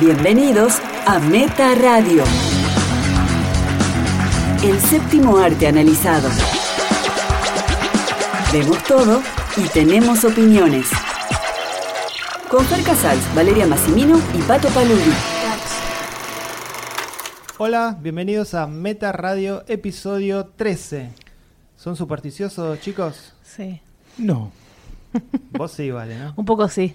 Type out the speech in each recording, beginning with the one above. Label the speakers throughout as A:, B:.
A: Bienvenidos a Meta Radio. El séptimo arte analizado. Vemos todo y tenemos opiniones. Con Fer Casals, Valeria Massimino y Pato Paludi.
B: Hola, bienvenidos a Meta Radio, episodio 13. ¿Son supersticiosos, chicos?
C: Sí,
D: No.
B: Vos sí, vale, ¿no?
C: un poco sí.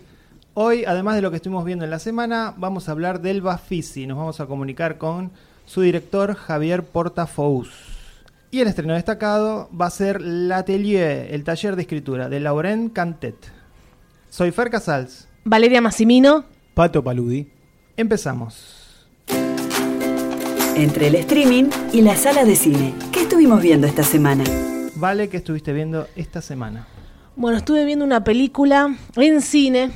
B: Hoy, además de lo que estuvimos viendo en la semana, vamos a hablar del Bafisi. Nos vamos a comunicar con su director, Javier Portafous. Y el estreno destacado va a ser L'Atelier, el taller de escritura, de Laurent Cantet. Soy Fer Casals.
C: Valeria Massimino,
D: Pato Paludi.
B: Empezamos.
A: Entre el streaming y la sala de cine. ¿Qué estuvimos viendo esta semana?
B: Vale, ¿qué estuviste viendo esta semana?
C: bueno, estuve viendo una película en cine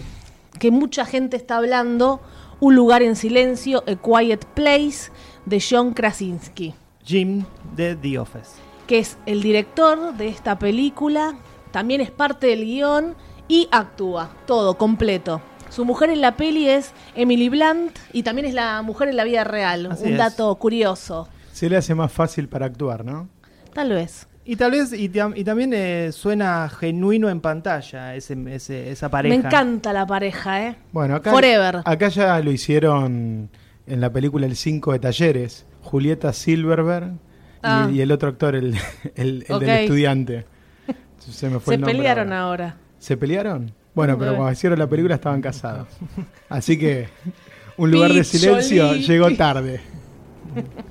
C: que mucha gente está hablando, Un lugar en silencio, A Quiet Place, de John Krasinski,
B: Jim de The Office.
C: que es el director de esta película, también es parte del guión y actúa, todo, completo. Su mujer en la peli es Emily Blunt y también es la mujer en la vida real,
B: Así
C: un
B: es.
C: dato curioso.
D: Se le hace más fácil para actuar, ¿no?
C: Tal vez.
B: Y tal vez, y, tam- y también eh, suena genuino en pantalla ese, ese- esa pareja.
C: Me encanta la pareja, ¿eh?
D: Bueno, acá,
C: Forever.
D: acá ya lo hicieron en la película El 5 de Talleres. Julieta Silverberg y,
C: Ah.
D: y el otro actor, el, el- el
C: Ok.
D: del estudiante. Se me fue
C: Se
D: el nombre
C: pelearon
D: ahora.
C: ahora.
D: ¿Se pelearon? Bueno, pero
C: Bueno.
D: cuando hicieron la película estaban casados. Así que un lugar de
C: Picciolini.
D: silencio llegó tarde.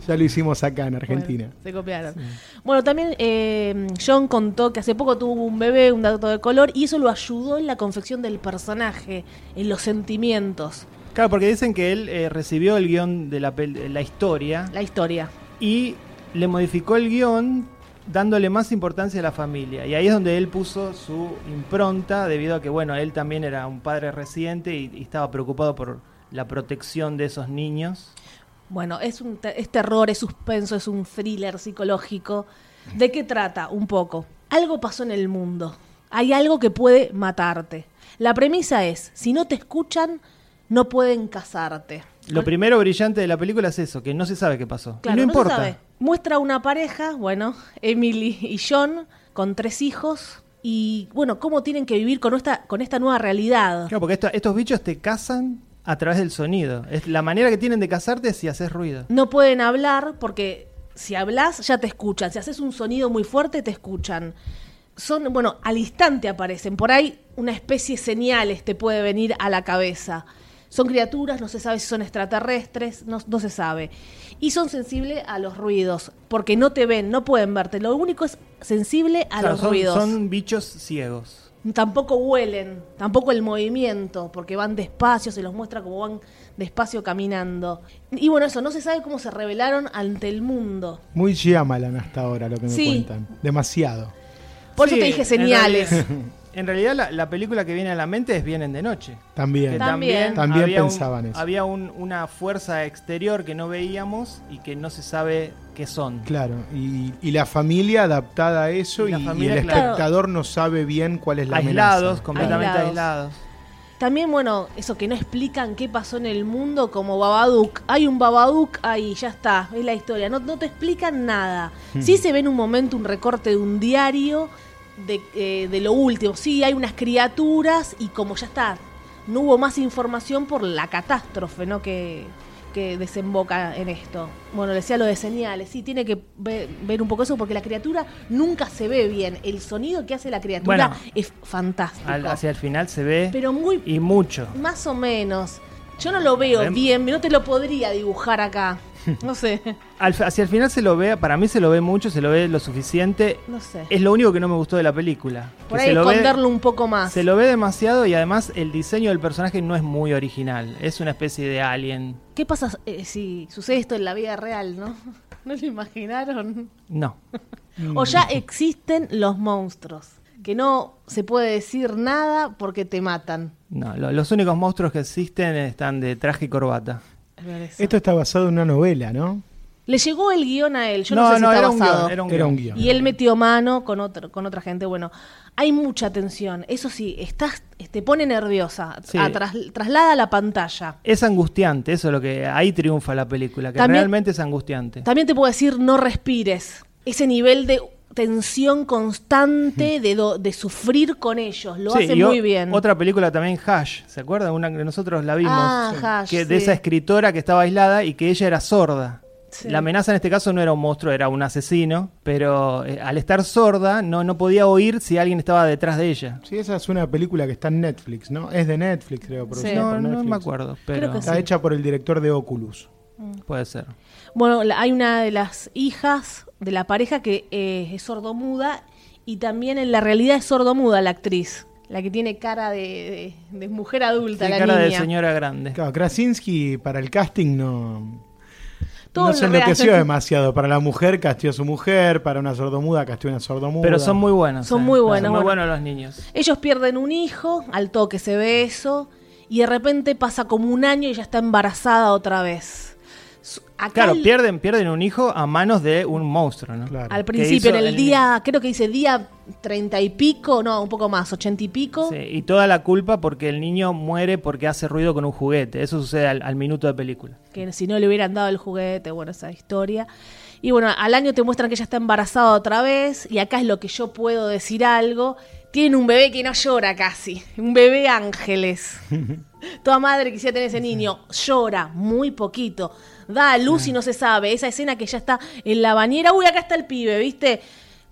D: Ya lo hicimos acá en Argentina.
C: Bueno, se copiaron. Bueno, también eh, John contó que hace poco tuvo un bebé, un dato de color, y eso lo ayudó en la confección del personaje, en los sentimientos,
B: Claro, porque dicen que él eh, recibió el guión de la, pel- de la historia
C: la historia.
B: y le modificó el guión dándole más importancia a la familia. Y ahí es donde él puso su impronta debido a que, bueno, él también era un padre residente y, y estaba preocupado por la protección de esos niños.
C: Bueno, es, un te- es terror, es suspenso, es un thriller psicológico. ¿De qué trata? Un poco. Algo pasó en el mundo. Hay algo que puede matarte. La premisa es, si no te escuchan, no pueden casarte.
B: Lo primero brillante de la película es eso, que no se sabe qué pasó. Y
C: Ah. Claro,
B: no,
C: no se
B: importa.
C: sabe. Muestra una pareja, bueno, Emily y John, con tres hijos. Y bueno, cómo tienen que vivir con esta, con esta nueva realidad.
B: Claro, porque esto- estos bichos te cazan a través del sonido. Es la manera que tienen de cazarte es si haces ruido.
C: No pueden hablar porque si hablas ya te escuchan. Si haces un sonido muy fuerte, te escuchan. Son, bueno, al instante aparecen. Por ahí una especie de señales te puede venir a la cabeza. Son criaturas, no se sabe si son extraterrestres, no, no se sabe. Y son sensibles a los ruidos, porque no te ven, no pueden verte. Lo único es sensible a
B: Claro,
C: los
B: son,
C: ruidos.
B: son bichos ciegos.
C: Tampoco huelen, tampoco el movimiento, porque van despacio, se los muestra como van despacio caminando. Y bueno, eso, no se sabe cómo se revelaron ante el mundo.
D: Muy Shyamalan hasta ahora lo que me
C: Sí.
D: cuentan. Demasiado.
C: Por
B: Sí,
C: eso te dije
B: en
C: señales.
B: realidad- En realidad, la, la película que viene a la mente es Vienen de Noche.
D: También.
B: Que
C: También.
D: También
B: había un-
D: pensaban eso.
B: Había un- una fuerza exterior que no veíamos y que no se sabe qué son.
D: Claro, y, y la familia adaptada a eso
B: Y
D: y,
B: la
D: y
B: familia,
D: el
B: claro.
D: espectador no sabe bien cuál es la
B: Aislados,
D: amenaza.
B: completamente aislados.
C: Aislados. También, bueno, eso que no explican qué pasó en el mundo como Babadook. Hay un Babadook ahí, ya está, es la historia. No, no te explican nada.
B: Hmm.
C: Sí se ve en un momento un recorte de un diario de, eh, de lo último. Sí, hay unas criaturas y como ya está, no hubo más información por la catástrofe, ¿no? Que, que desemboca en esto. Bueno, le decía lo de señales. Sí, tiene que ve- ver un poco eso porque la criatura nunca se ve bien. El sonido que hace la criatura
B: Bueno.
C: es fantástico.
B: Al- hacia el final se ve
C: pero muy
B: y mucho.
C: más o menos. Yo no lo veo
B: Ven.
C: bien, no te lo podría dibujar acá. No sé,
B: Al- hacia el final se lo ve, para mí se lo ve mucho, se lo ve lo suficiente.
C: no sé.
B: Es lo único que no me gustó de la película.
C: Por
B: que
C: ahí
B: se lo ve-
C: esconderlo un poco más.
B: Se lo ve demasiado y además el diseño del personaje no es muy original. Es una especie de alien.
C: ¿Qué pasa eh, si sucede esto en la vida real, no? ¿No lo imaginaron?
B: No.
C: O ya
B: Mm.
C: existen los monstruos, que no se puede decir nada porque te matan.
B: No, lo- los únicos monstruos que existen están de traje y corbata.
C: Es verdad eso.
D: Esto está basado en una novela, ¿no?
C: Le llegó el guión a él. Yo no,
B: no,
C: sé si está
B: era, un
C: basado.
B: guión, era un
D: Era un
B: guión.
D: guión.
C: Y él metió mano con, otro, con otra gente. Bueno, hay mucha tensión. Eso sí, estás, te pone nerviosa.
B: Sí.
C: Ah, tras- traslada la pantalla.
B: Es angustiante, eso es lo que ahí triunfa la película, que
C: También-
B: realmente es angustiante.
C: También te puedo decir, no respires. Ese nivel de tensión constante, de, do- de sufrir con ellos. Lo
B: Sí,
C: hace
B: y o-
C: muy bien.
B: Otra película también, Hash, ¿se acuerdan? Una que nosotros la vimos,
C: Ah, Hash,
B: que de
C: sí.
B: esa escritora que estaba aislada y que ella era sorda.
C: Sí.
B: La amenaza en este caso no era un monstruo, era un asesino, pero eh, al estar sorda no, no podía oír si alguien estaba detrás de ella.
D: Sí, esa es una película que está en Netflix, ¿no? Es de Netflix, creo. producida
C: Sí.
B: no,
D: por
B: no
D: Netflix.
B: me acuerdo, pero
C: Creo que
D: Está
C: Sí.
D: hecha por el director de Oculus.
B: puede ser.
C: Bueno, la- hay una de las hijas de la pareja que eh, es sordomuda y también en la realidad es sordomuda la actriz. La que tiene cara de, de- de mujer adulta,
B: Tiene
C: la
B: cara de
C: niña.
B: señora grande.
D: Claro, Krasinski para el casting no,
C: Todo
D: no se
C: lo real-
D: enloqueció demasiado. Para la mujer castió a su mujer, para una sordomuda castió a una sordomuda.
B: Pero son muy buenos.
C: Son
B: eh.
C: muy buenos,
B: Son muy
C: bueno.
B: buenos los niños.
C: Ellos pierden un hijo, al toque se ve eso, y de repente pasa como un año y ya está embarazada otra vez. Su- Acá
B: Claro,
C: al-
B: pierden, pierden un hijo a manos de un monstruo, ¿no?
D: Claro.
C: al
B: que
C: principio,
B: hizo
C: en el,
B: el-
C: día, creo que dice día treinta y pico, no, un poco más, ochenta y pico.
B: Sí, y toda la culpa porque el niño muere porque hace ruido con un juguete. Eso sucede al, al minuto de película.
C: que si no le hubieran dado el juguete, bueno, esa historia. Y bueno, al año te muestran que ella está embarazada otra vez, y acá es lo que yo puedo decir algo. Tienen un bebé que no llora casi, un bebé ángeles. Toda madre quisiera tener ese niño, llora muy poquito, da a luz y no se sabe. Esa escena que ya está en la bañera, uy, acá está el pibe, ¿viste?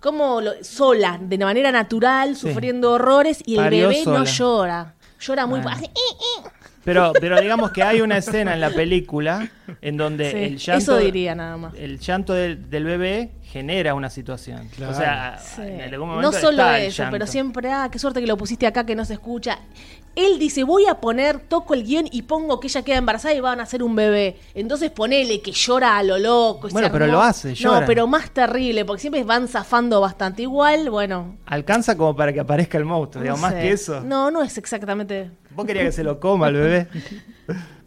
C: Como lo- sola, de manera natural, sufriendo horrores, y el
B: Parió
C: bebé
B: sola.
C: no llora. Llora muy... po-
B: Bueno.
C: hace, "Eh, eh".
B: Pero, pero digamos que hay una escena en la película en donde
C: Sí,
B: el llanto.
C: eso diría nada más.
B: El llanto del, del bebé genera una situación.
D: Claro.
B: O sea,
C: Sí.
B: en algún
C: No
B: momento
C: solo
B: está el
C: eso,
B: llanto.
C: pero siempre, ah, qué suerte que lo pusiste acá que no se escucha. Él dice, voy a poner, toco el guión y pongo que ella queda embarazada y van a ser un bebé. Entonces ponele que llora a lo loco. y
B: Bueno,
C: se
B: pero
C: armó.
B: lo hace,
C: No,
B: llora.
C: pero más terrible, porque siempre van zafando bastante. Igual, bueno.
B: Alcanza como para que aparezca el monstruo,
C: no
B: digamos, más
C: sé.
B: que eso.
C: No, no es exactamente.
B: Vos querías que se lo coma el bebé.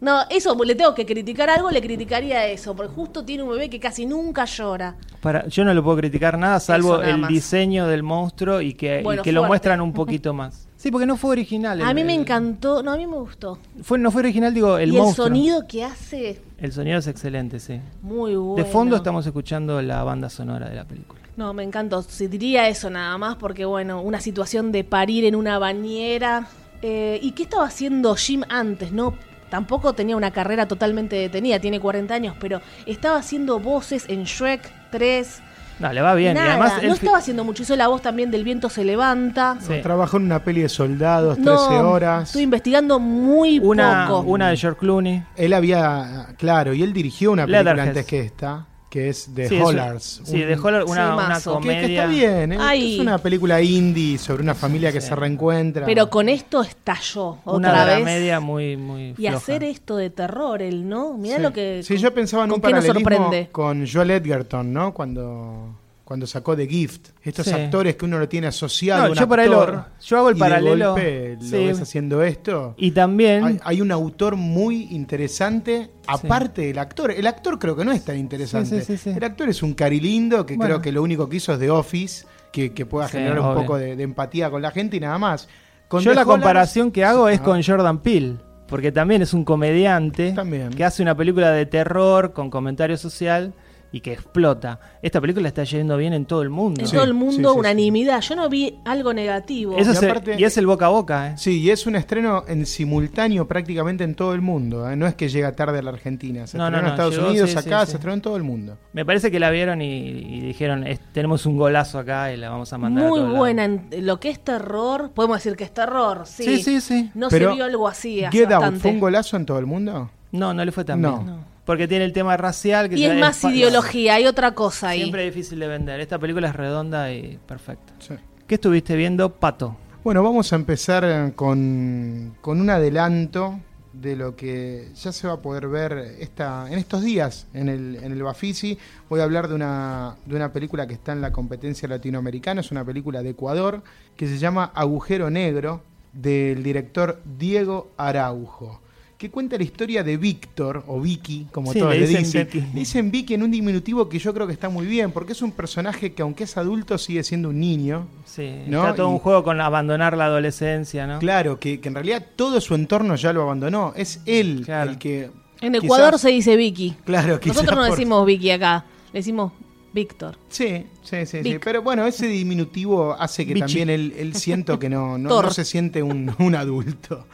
C: No, eso le tengo que criticar algo, le criticaría eso, porque justo tiene un bebé que casi nunca llora.
B: Para, yo no lo puedo criticar nada, salvo
C: Eso, nada
B: el
C: más.
B: diseño del monstruo y que, y
C: Bueno,
B: que lo
C: fuerte.
B: muestran un poquito más. Sí, porque no fue original. el-
C: A mí me
B: el-
C: encantó, no, a mí me gustó.
B: Fue, no fue original, digo, el
C: y
B: monstruo.
C: el sonido que hace,
B: El sonido es excelente, sí.
C: muy bueno.
B: De fondo estamos escuchando la banda sonora de la película.
C: No, me encantó. Sí, diría eso nada más, porque bueno, una situación de parir en una bañera. Eh, ¿Y qué estaba haciendo Jim antes? No, tampoco tenía una carrera totalmente detenida, tiene 40 años, pero estaba haciendo voces en Shrek 3.
B: No, le va bien.
C: nada,
B: y además él
C: no
B: fi-
C: estaba haciendo mucho. Hizo la voz también del viento se levanta.
B: Sí.
D: Trabajó en una peli de soldados, 13
C: No,
D: horas.
C: estoy investigando muy
B: una,
C: poco.
B: una de George Clooney.
D: Él había, claro, y él dirigió una película
B: Leatherheads.
D: antes que esta, que es The
B: Sí, es un-
D: Hollars.
B: sí,
D: un-
B: de Hollars, una,
C: Sí,
B: una
C: mazo.
D: que-
B: comedia.
D: Que, está bien, ¿eh?
C: Ay.
D: es una película indie sobre una familia que se reencuentra.
C: Pero con esto estalló
B: Una
C: otra vez.
B: comedia muy, muy
C: y
B: floja.
C: hacer esto de terror, el no, mirá
D: Sí.
C: lo que.
D: Sí, yo pensaba en
C: con
D: un
C: qué nos
D: paralelismo
C: sorprende.
D: con Joel Edgerton, ¿no? Cuando, cuando sacó The Gift. Estos
B: Sí.
D: actores que uno lo tiene asociado
B: No,
D: a un
B: yo por ahí lo-
D: actor,
B: yo hago el
D: y
B: paralelo.
D: de golpe lo
B: Sí.
D: ves haciendo esto.
B: Y también...
D: Hay, hay un autor muy interesante, aparte del actor. El actor creo que no es tan interesante.
B: Sí, sí, sí, sí.
D: El actor es un carilindo que
B: Bueno.
D: creo que lo único que hizo es de Office, que, que pueda
B: Sí,
D: generar un
B: obvio.
D: poco de, de empatía con la gente y nada más. Con
B: Yo
D: The
B: la
D: Hollars-
B: comparación que hago es
D: Ah.
B: con Jordan Peele, porque también es un comediante
D: También.
B: que hace una película de terror con comentario social y que explota. Esta película está yendo bien en todo el mundo.
C: En
D: Sí,
C: todo el
D: sí,
C: mundo,
D: sí, sí.
C: unanimidad. Yo no vi algo negativo.
B: Eso
D: Y
B: es el-
D: aparte-
B: y es el boca a boca. ¿eh?
D: Sí, y es un estreno en simultáneo prácticamente en todo el mundo. ¿eh? No es que llega tarde a la Argentina. Se
B: No,
D: estrenó
B: no,
D: en
B: no,
D: Estados
B: llegó,
D: Unidos,
B: sí, sí,
D: acá,
B: sí.
D: se estrenó en todo el mundo.
B: Me parece que la vieron y, y dijeron, "Es- tenemos un golazo acá y la vamos a mandar. a
C: Muy
B: todos lados".
C: buena. en- Lo que es terror, podemos decir que es terror, sí.
B: Sí, sí, sí.
C: No
D: Pero
C: se vio algo así hace
D: Get Out,
C: bastante.
D: ¿fue un golazo en todo el mundo?
B: No, no le fue tan
D: No.
B: bien.
D: No.
B: Porque tiene el tema racial. Que
C: y
B: se
C: es
B: da-
C: más
B: fa-
C: ideología, hay otra cosa ahí.
B: Siempre es difícil de vender. Esta película es redonda y perfecta.
D: Sí.
B: ¿Qué estuviste viendo, Pato?
D: Bueno, vamos a empezar eh, con, con un adelanto de lo que ya se va a poder ver esta, en estos días en el, en el Bafisi. Voy a hablar de una, de una película que está en la competencia latinoamericana, es una película de Ecuador que se llama Agujero Negro del director Diego Araujo que cuenta la historia de Víctor, o Vicky, como
B: Sí,
D: todos
B: le
D: le
B: dicen
D: dicen.
B: Vicky.
D: Le dicen Vicky en un diminutivo que yo creo que está muy bien, porque es un personaje que aunque es adulto sigue siendo un niño.
B: Sí,
D: ¿No?
B: está todo
D: Y-
B: un juego con abandonar la adolescencia, ¿no?
D: Claro, que, que en realidad todo su entorno ya lo abandonó. Es él
B: Claro.
D: el que.
C: En
D: quizás-
C: Ecuador se dice Vicky.
D: Claro, quizás
C: Nosotros no
D: por-
C: decimos Vicky acá, le decimos Víctor.
D: Sí, sí, sí, sí.
C: Vic.
D: Pero bueno, ese diminutivo hace que
B: Vichy.
D: también él, él siento que no, no,
C: Thor.
D: no se siente un, un adulto.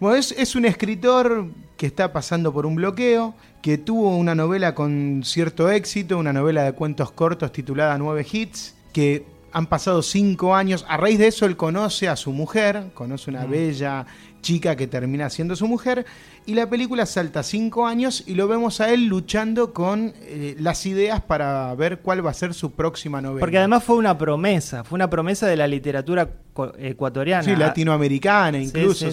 D: Bueno, es, es un escritor que está pasando por un bloqueo, que tuvo una novela con cierto éxito, una novela de cuentos cortos titulada Nueve Hits, que han pasado cinco años. A raíz de eso él conoce a su mujer, conoce
B: Mm.
D: una bella chica que termina siendo su mujer, y la película salta cinco años y lo vemos a él luchando con eh, las ideas para ver cuál va a ser su próxima novela.
B: Porque además fue una promesa, fue una promesa de la literatura co- ecuatoriana.
D: Sí, latinoamericana incluso,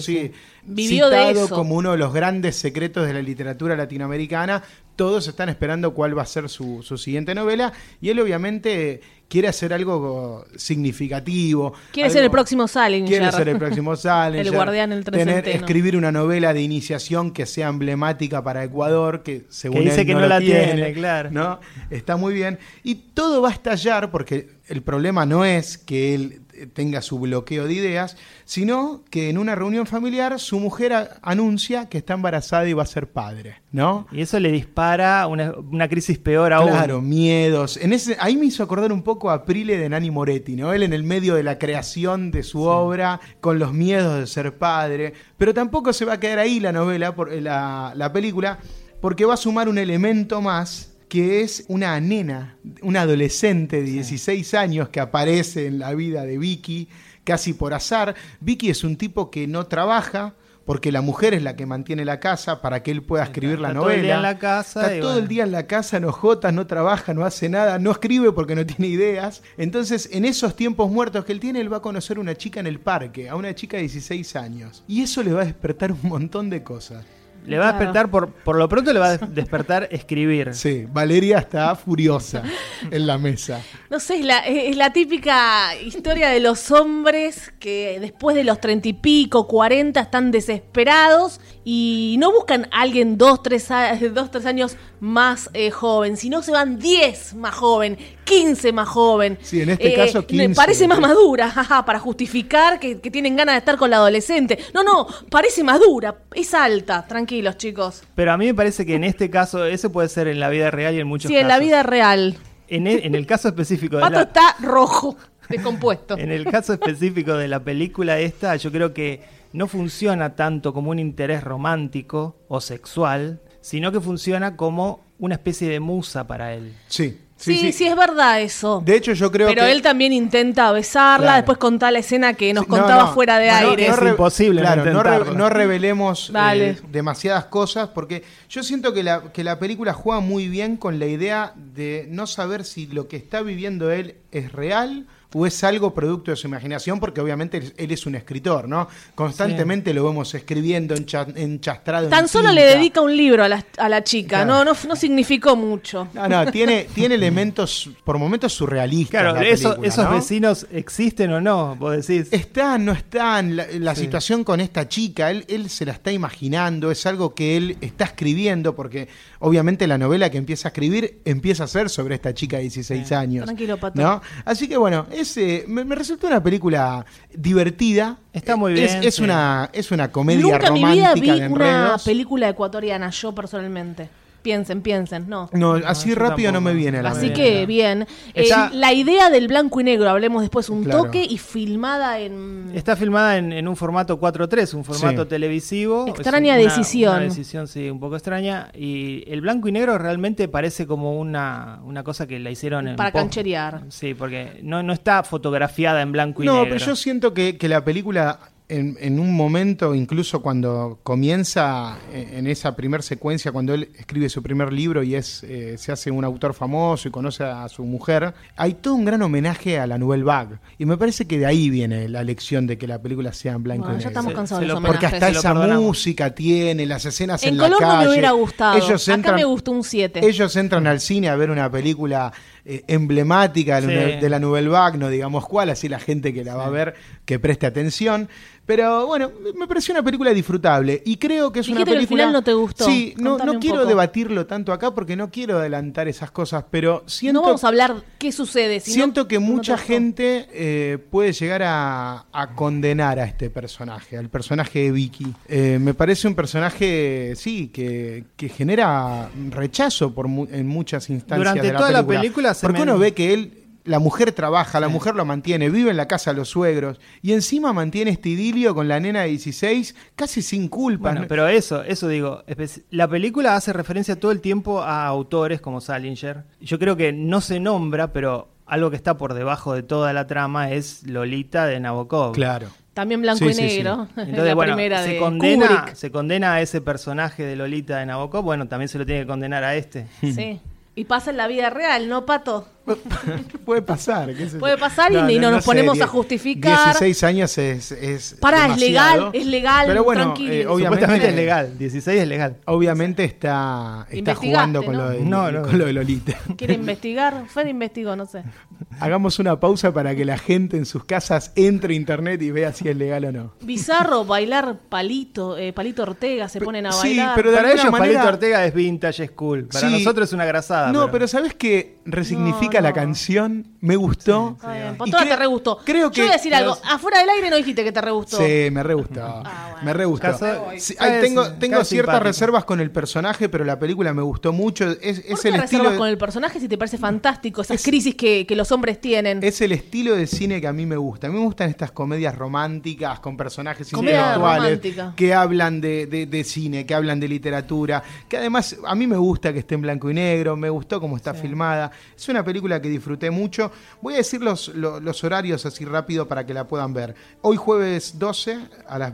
B: sí,
D: sí.
B: sí.
C: Vivió de
D: Citado
C: eso.
D: como uno de los grandes secretos de la literatura latinoamericana. Todos están esperando cuál va a ser su, su siguiente novela y él obviamente quiere hacer algo significativo.
C: Quiere ser el
D: algo-
C: próximo Salinger.
D: Quiere ser el próximo Salinger.
C: El guardián del
D: tener,
C: trecenteno.
D: Escribir una novela de iniciación que sea emblemática para Ecuador, que según
B: Que dice
D: él
B: que no
D: lo
B: la tiene, claro.
D: ¿no? Está muy bien. Y todo va a estallar porque el problema no es que él eh, tenga su bloqueo de ideas, sino que en una reunión familiar su mujer a- anuncia que está embarazada y va a ser padre, ¿no?
B: Y eso le dispara una, una crisis peor aún.
D: Claro, miedos. En ese, ahí me hizo acordar un poco a Aprile de Nani Moretti, ¿no? Él en el medio de la creación de su obra, con los miedos de ser padre. Pero tampoco se va a quedar ahí la novela, por, eh, la, la película, porque va a sumar un elemento más que es una nena, una adolescente de 16 años que aparece en la vida de Vicky, casi por azar. Vicky es un tipo que no trabaja, porque la mujer es la que mantiene la casa para que él pueda escribir la
B: está todo
D: novela.
B: el día en la casa
D: Está
B: y
D: todo el
B: bueno.
D: día en la casa, no jota, no trabaja, no hace nada, no escribe porque no tiene ideas. Entonces, en esos tiempos muertos que él tiene, él va a conocer una chica en el parque, a una chica de 16 años. Y eso le va a despertar un montón de cosas.
B: Le va a
C: Claro.
B: despertar, por, por lo pronto le va a des- despertar escribir.
D: Sí, Valeria está furiosa en la mesa.
C: No sé, es la, es es la típica historia de los hombres que después de los treinta y pico, cuarenta, están desesperados y no buscan a alguien dos, tres, a- dos, tres años más eh, joven, sino se van diez más joven, quince más joven. Eh,
D: Sí, en este caso,
C: me
D: 15.
C: Parece más madura, jaja, para justificar que, que tienen ganas de estar con la adolescente. No, no, parece madura, es alta. Tranquilos, chicos.
B: Pero a mí me parece que en este caso, eso puede ser en la vida real y en muchos
C: Sí, en la
B: casos.
C: vida real.
B: En el, en el caso específico de
C: Pato
B: la,
C: está rojo, descompuesto.
B: en el caso específico de la película esta, yo creo que no funciona tanto como un interés romántico o sexual, sino que funciona como una especie de musa para él.
D: Sí,
C: Sí, sí, es verdad eso.
D: De hecho, yo creo
C: Pero
D: que.
C: él también intenta besarla,
D: Claro.
C: después contá la escena que nos
D: Sí, no,
C: contaba
D: no.
C: fuera de
D: Bueno,
C: aire.
B: no, Es
D: re-
B: imposible
D: claro,
B: no
D: no, re-
B: intentarlo.
D: no revelemos eh,
C: Dale.
D: demasiadas cosas porque yo siento que la, que la película juega muy bien con la idea de no saber si lo que está viviendo él es real o es algo producto de su imaginación porque obviamente él- él es un escritor, ¿no? Constantemente lo vemos escribiendo, encha- enchastrado.
C: Tan
D: en
C: solo le
D: tinta.
C: dedica un libro a la, a la chica,
D: Claro.
C: no, no, no significó mucho.
D: No, no, tiene, tiene elementos por momentos surrealistas.
B: Claro,
D: la
B: eso-
D: película,
B: esos
D: ¿no?
B: vecinos existen o no, vos decís.
D: Están, no están, la, la
B: Sí.
D: situación con esta chica, él, él se la está imaginando, es algo que él está escribiendo, porque obviamente la novela que empieza a escribir empieza a ser sobre esta chica de 16 años.
C: Eh, Tranquilo, Pato.
D: ¿no? Así que bueno, es, eh, me, me resultó una película divertida.
B: Está muy
D: Es,
B: bien,
D: es
B: sí.
D: una, es una comedia
C: Nunca en mi vida
D: romántica
C: vi una
D: de enredos.
C: película ecuatoriana, yo personalmente. Piensen, piensen, no.
D: No, así
B: yo tampoco.
D: rápido no me viene a la
C: Así
D: mente.
C: que bien. Eh,
B: Está-
C: la idea del blanco y negro, hablemos después un
D: Claro.
C: toque y filmada en...
B: Mm. Está filmada en, en un formato 4.3, un formato
D: Sí.
B: televisivo. Es
C: Extraña
B: una-
C: decisión.
B: Una decisión, sí, un poco extraña. Y el blanco y negro realmente parece como una, una cosa que la hicieron en
C: Para
B: post.
C: cancherear.
B: Sí, porque no, no está fotografiada en blanco y
D: no,
B: negro.
D: pero yo siento que, que la película en, en un momento, incluso cuando comienza en, en esa primer secuencia, cuando él escribe su primer libro y es eh, se hace un autor famoso y conoce a su mujer, hay todo un gran homenaje a la Nouvelle Vague. Y me parece que de ahí viene la lección de que la película sea en blanco
C: Bueno,
D: y
C: ya
D: negro.
C: estamos cansados de
B: lo-
C: los
B: porque
D: Porque
C: homenajes.
D: hasta
B: Se lo
D: esa
B: perdonamos.
D: música tiene, las escenas en,
C: En
D: la
C: color no
D: calle.
C: me hubiera gustado.
D: Ellos
C: Acá
D: entran-
C: me gustó un 7.
D: ellos entran al cine a ver una película eh, emblemática de la
B: Sí.
D: nu- de la Nouvelle Vague, no digamos cuál, así la gente que la va a ver, que preste atención. Pero bueno, me- me pareció una película disfrutable y creo que es
C: Dijiste
D: una
C: que al
D: película...
C: final no te gustó.
D: Sí, no,
C: Contame
D: no
C: un
D: quiero
C: poco.
D: debatirlo tanto acá porque no quiero adelantar esas cosas, pero siento
C: no vamos a hablar qué sucede. sino-
D: Siento que
C: no te
D: mucha
C: gustó.
D: gente eh, puede llegar a, a condenar a este personaje, al personaje de Vicky. Eh, me parece un personaje, sí, que, que genera rechazo por mu- en muchas instancias.
B: Durante
D: de la
B: toda la
D: película.
B: película se
D: Porque
B: men-
D: uno ve que él, la mujer trabaja, la mujer lo mantiene, vive en la casa de los suegros y encima mantiene este idilio con la nena de 16 casi sin culpa.
B: Bueno, pero eso, eso digo. espe- La película hace referencia todo el tiempo a autores como Salinger. Yo creo que no se nombra, pero algo que está por debajo de toda la trama es Lolita de Nabokov.
D: Claro.
C: También blanco
D: Sí,
C: y
D: sí,
C: negro.
B: Entonces,
C: la
B: bueno,
C: primera
B: se
C: de
B: condena,
C: Kubrick.
B: se condena a ese personaje de Lolita de Nabokov. Bueno, también se lo tiene que condenar a este.
C: Sí. Y pasa en la vida real, ¿no, Pato?
D: Puede pasar. qué sé yo.
C: Puede pasar y ni- no nos ponemos a
D: die-
C: justificar.
D: 16 años es. es
C: Pará, es
D: demasiado.
C: legal, es legal,
D: Pero bueno,
C: tranquilo.
D: eh,
B: Supuestamente
D: obviamente
B: es legal, 16 es legal.
D: Obviamente está, está
C: Investigaste,
D: jugando con,
C: ¿no?
D: lo de,
B: No, no.
D: con lo de Lolita.
C: ¿Quiere investigar? Fer investigó, no sé.
D: Hagamos una pausa para que la gente en sus casas entre a internet y vea si es legal o no.
C: Bizarro bailar palito, eh, palito Ortega, se ponen a
D: sí,
C: bailar.
D: pero de
B: para
D: alguna
B: ellos
D: manera-
B: Palito Ortega es vintage es cool. Para
D: Sí.
B: nosotros es una grasada.
D: No, pero ¿sabes que resignifica
C: No,
D: la
C: no.
D: canción? Me gustó.
C: Está bien,
D: Y
C: Potola,
D: cre-
C: te re gustó.
D: Creo que
C: Yo voy a decir algo.
D: los-
C: Afuera del aire no dijiste que te re gustó.
D: Sí, me re gustó.
C: Ah, bueno.
D: Me re gustó.
B: Caso-
D: Sí,
B: Caso
D: ahí tengo
B: es-
D: tengo
B: caso
D: ciertas
B: simpático.
D: reservas con el personaje, pero la película me gustó mucho. Es,
C: ¿Por
D: es
C: qué
D: el
C: reservas
D: estilo. de-
C: con el personaje si te parece fantástico esas crisis que, que los hombres tienen?
D: Es el estilo de cine que a mí me gusta. A mí me gustan estas comedias románticas con personajes
C: Comedia
D: intelectuales
C: romántica.
D: que hablan de, de- de cine, que hablan de literatura, que además a mí me gusta que esté en blanco y negro, me gustó cómo está filmada. Es una película que disfruté mucho. Voy a decir los, lo- los horarios así rápido para que la puedan ver. Hoy jueves 12 a las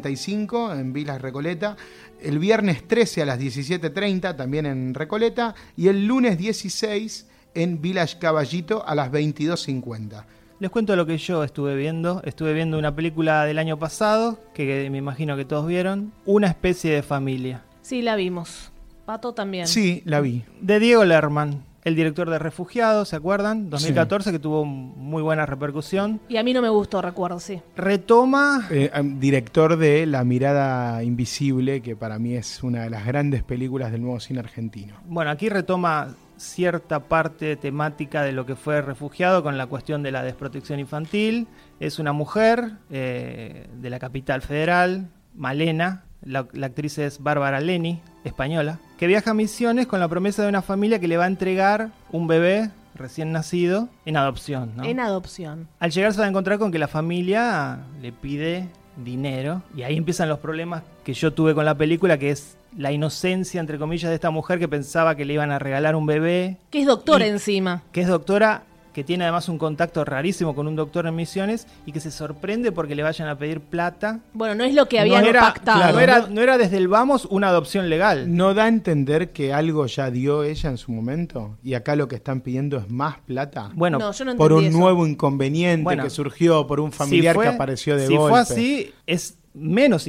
D: 22.45 en Vilas Recoleta. El viernes 13 a las 17.30 también en Recoleta. Y el lunes 16 en Village Caballito a las 22.50.
B: Les cuento lo que yo estuve viendo. Estuve viendo una película del año pasado, que me imagino que todos vieron, Una especie de familia,
C: Sí, la vimos. Pato también.
D: Sí, la vi.
B: de Diego Lerman, el director de Refugiados, ¿se acuerdan? 2014, que tuvo muy buena repercusión.
C: Y a mí no me gustó, recuerdo, sí.
B: Retoma...
D: Eh, am- director de La mirada invisible, que para mí es una de las grandes películas del nuevo cine argentino.
B: Bueno, aquí retoma cierta parte temática de lo que fue refugiado con la cuestión de la desprotección infantil. Es una mujer eh, de la capital federal, Malena, la, la actriz es Bárbara Leni, española, que viaja a Misiones con la promesa de una familia que le va a entregar un bebé recién nacido en adopción. ¿no?
C: En adopción.
B: Al llegar se va a encontrar con que la familia le pide dinero y ahí empiezan los problemas que yo tuve con la película, que es la inocencia, entre comillas, de esta mujer que pensaba que le iban a regalar un bebé,
C: Que es doctora
B: Y-
C: encima.
B: que es doctora, que tiene además un contacto rarísimo con un doctor en misiones y que se sorprende porque le vayan a pedir plata.
C: Bueno, no es lo que habían
B: no, era,
C: pactado.
B: claro, no, era, no era desde el vamos una adopción legal.
D: ¿No da a entender que algo ya dio ella en su momento? Y acá lo que están pidiendo es más plata.
B: Bueno,
C: No, yo no
D: por un
C: entendí eso.
D: nuevo inconveniente
B: Bueno.
D: que surgió, por un familiar
B: Si fue-
D: que apareció de
B: si
D: golpe.
B: fue así, es menos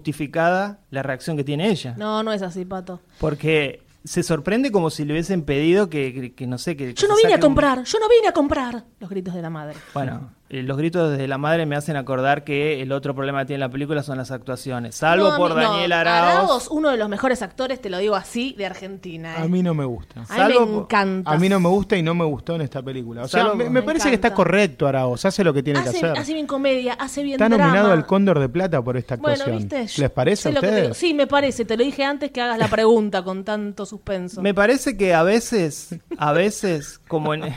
B: injustificada la reacción que tiene ella.
C: No, no es así, Pato.
B: Porque se sorprende como si le hubiesen pedido que, que- que no sé, que... que
C: Yo no
B: se
C: vine a
B: saque un-
C: comprar, yo no vine a comprar. Los gritos de la madre.
B: Bueno, eh, los gritos de la madre me hacen acordar que el otro problema que tiene la película son las actuaciones. Salvo
C: No,
B: por
C: mi- no,
B: Daniel Araoz.
C: uno de los mejores actores, te lo digo así, de Argentina. ¿eh?
D: A mí no me gusta.
C: A mí
B: salvo
C: me
B: por-
C: encanta.
D: A mí no me gusta y no me gustó en esta película. O sea,
B: Salvo-
D: me, me
C: Me
D: parece que está
C: encanta.
D: correcto Araoz, hace lo que tiene que
C: hace,
D: hacer.
C: hace bien comedia, hace bien
D: Está
C: drama.
D: nominado al Cóndor de Plata por esta
C: Bueno,
D: actuación.
C: ¿viste? Yo
D: ¿Les parece
C: sé
D: a
C: lo que te
D: ustedes?
C: digo. Sí, me parece. Te lo dije antes que hagas la pregunta con tanto suspenso.
B: Me parece que a veces, a veces, como en...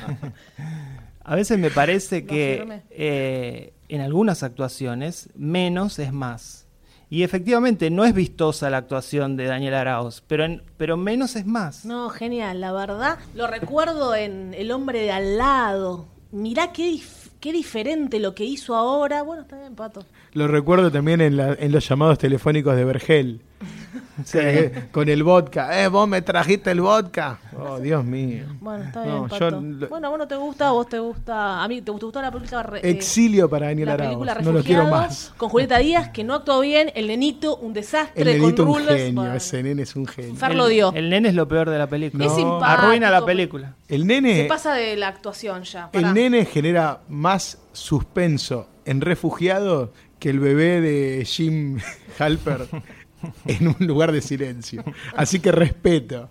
B: a veces me parece
C: Lo
B: que
C: afirmé.
B: eh, en algunas actuaciones menos es más. Y efectivamente no es vistosa la actuación de Daniel Araoz, pero, en- pero menos es más.
C: No, genial, la verdad. Lo recuerdo en El hombre de al lado. Mirá qué, dif- qué diferente lo que hizo ahora. Bueno, está bien, Pato.
D: Lo recuerdo también en, la- en los llamados telefónicos de Vergel.
B: Sí.
D: Con el vodka. Eh, vos me trajiste el vodka. Oh, Dios mío.
C: Bueno, está bien,
D: No,
C: Pato.
D: yo lo-
C: Bueno, a vos no te gusta, a vos te gusta. A mí te, te gustó la película. re- eh,
D: Exilio para Daniel
C: la
D: Arauz.
C: película
D: No lo quiero
C: Refugiados,
D: más.
C: Con Julieta Díaz, que no actuó bien. El nenito, un
D: El
C: desastre.
D: nenito
C: con
D: un
C: Rulos.
D: genio.
C: bueno.
D: Ese nene es un genio.
C: Fer lo dio.
B: El nene es lo peor de la película.
D: Es simpático,
B: Arruina la
C: pero-
B: película.
D: El nene.
C: Se pasa de la actuación ya. pará.
D: El nene genera más suspenso en refugiado que el bebé de Jim Halper en un lugar de silencio. Así que respeto.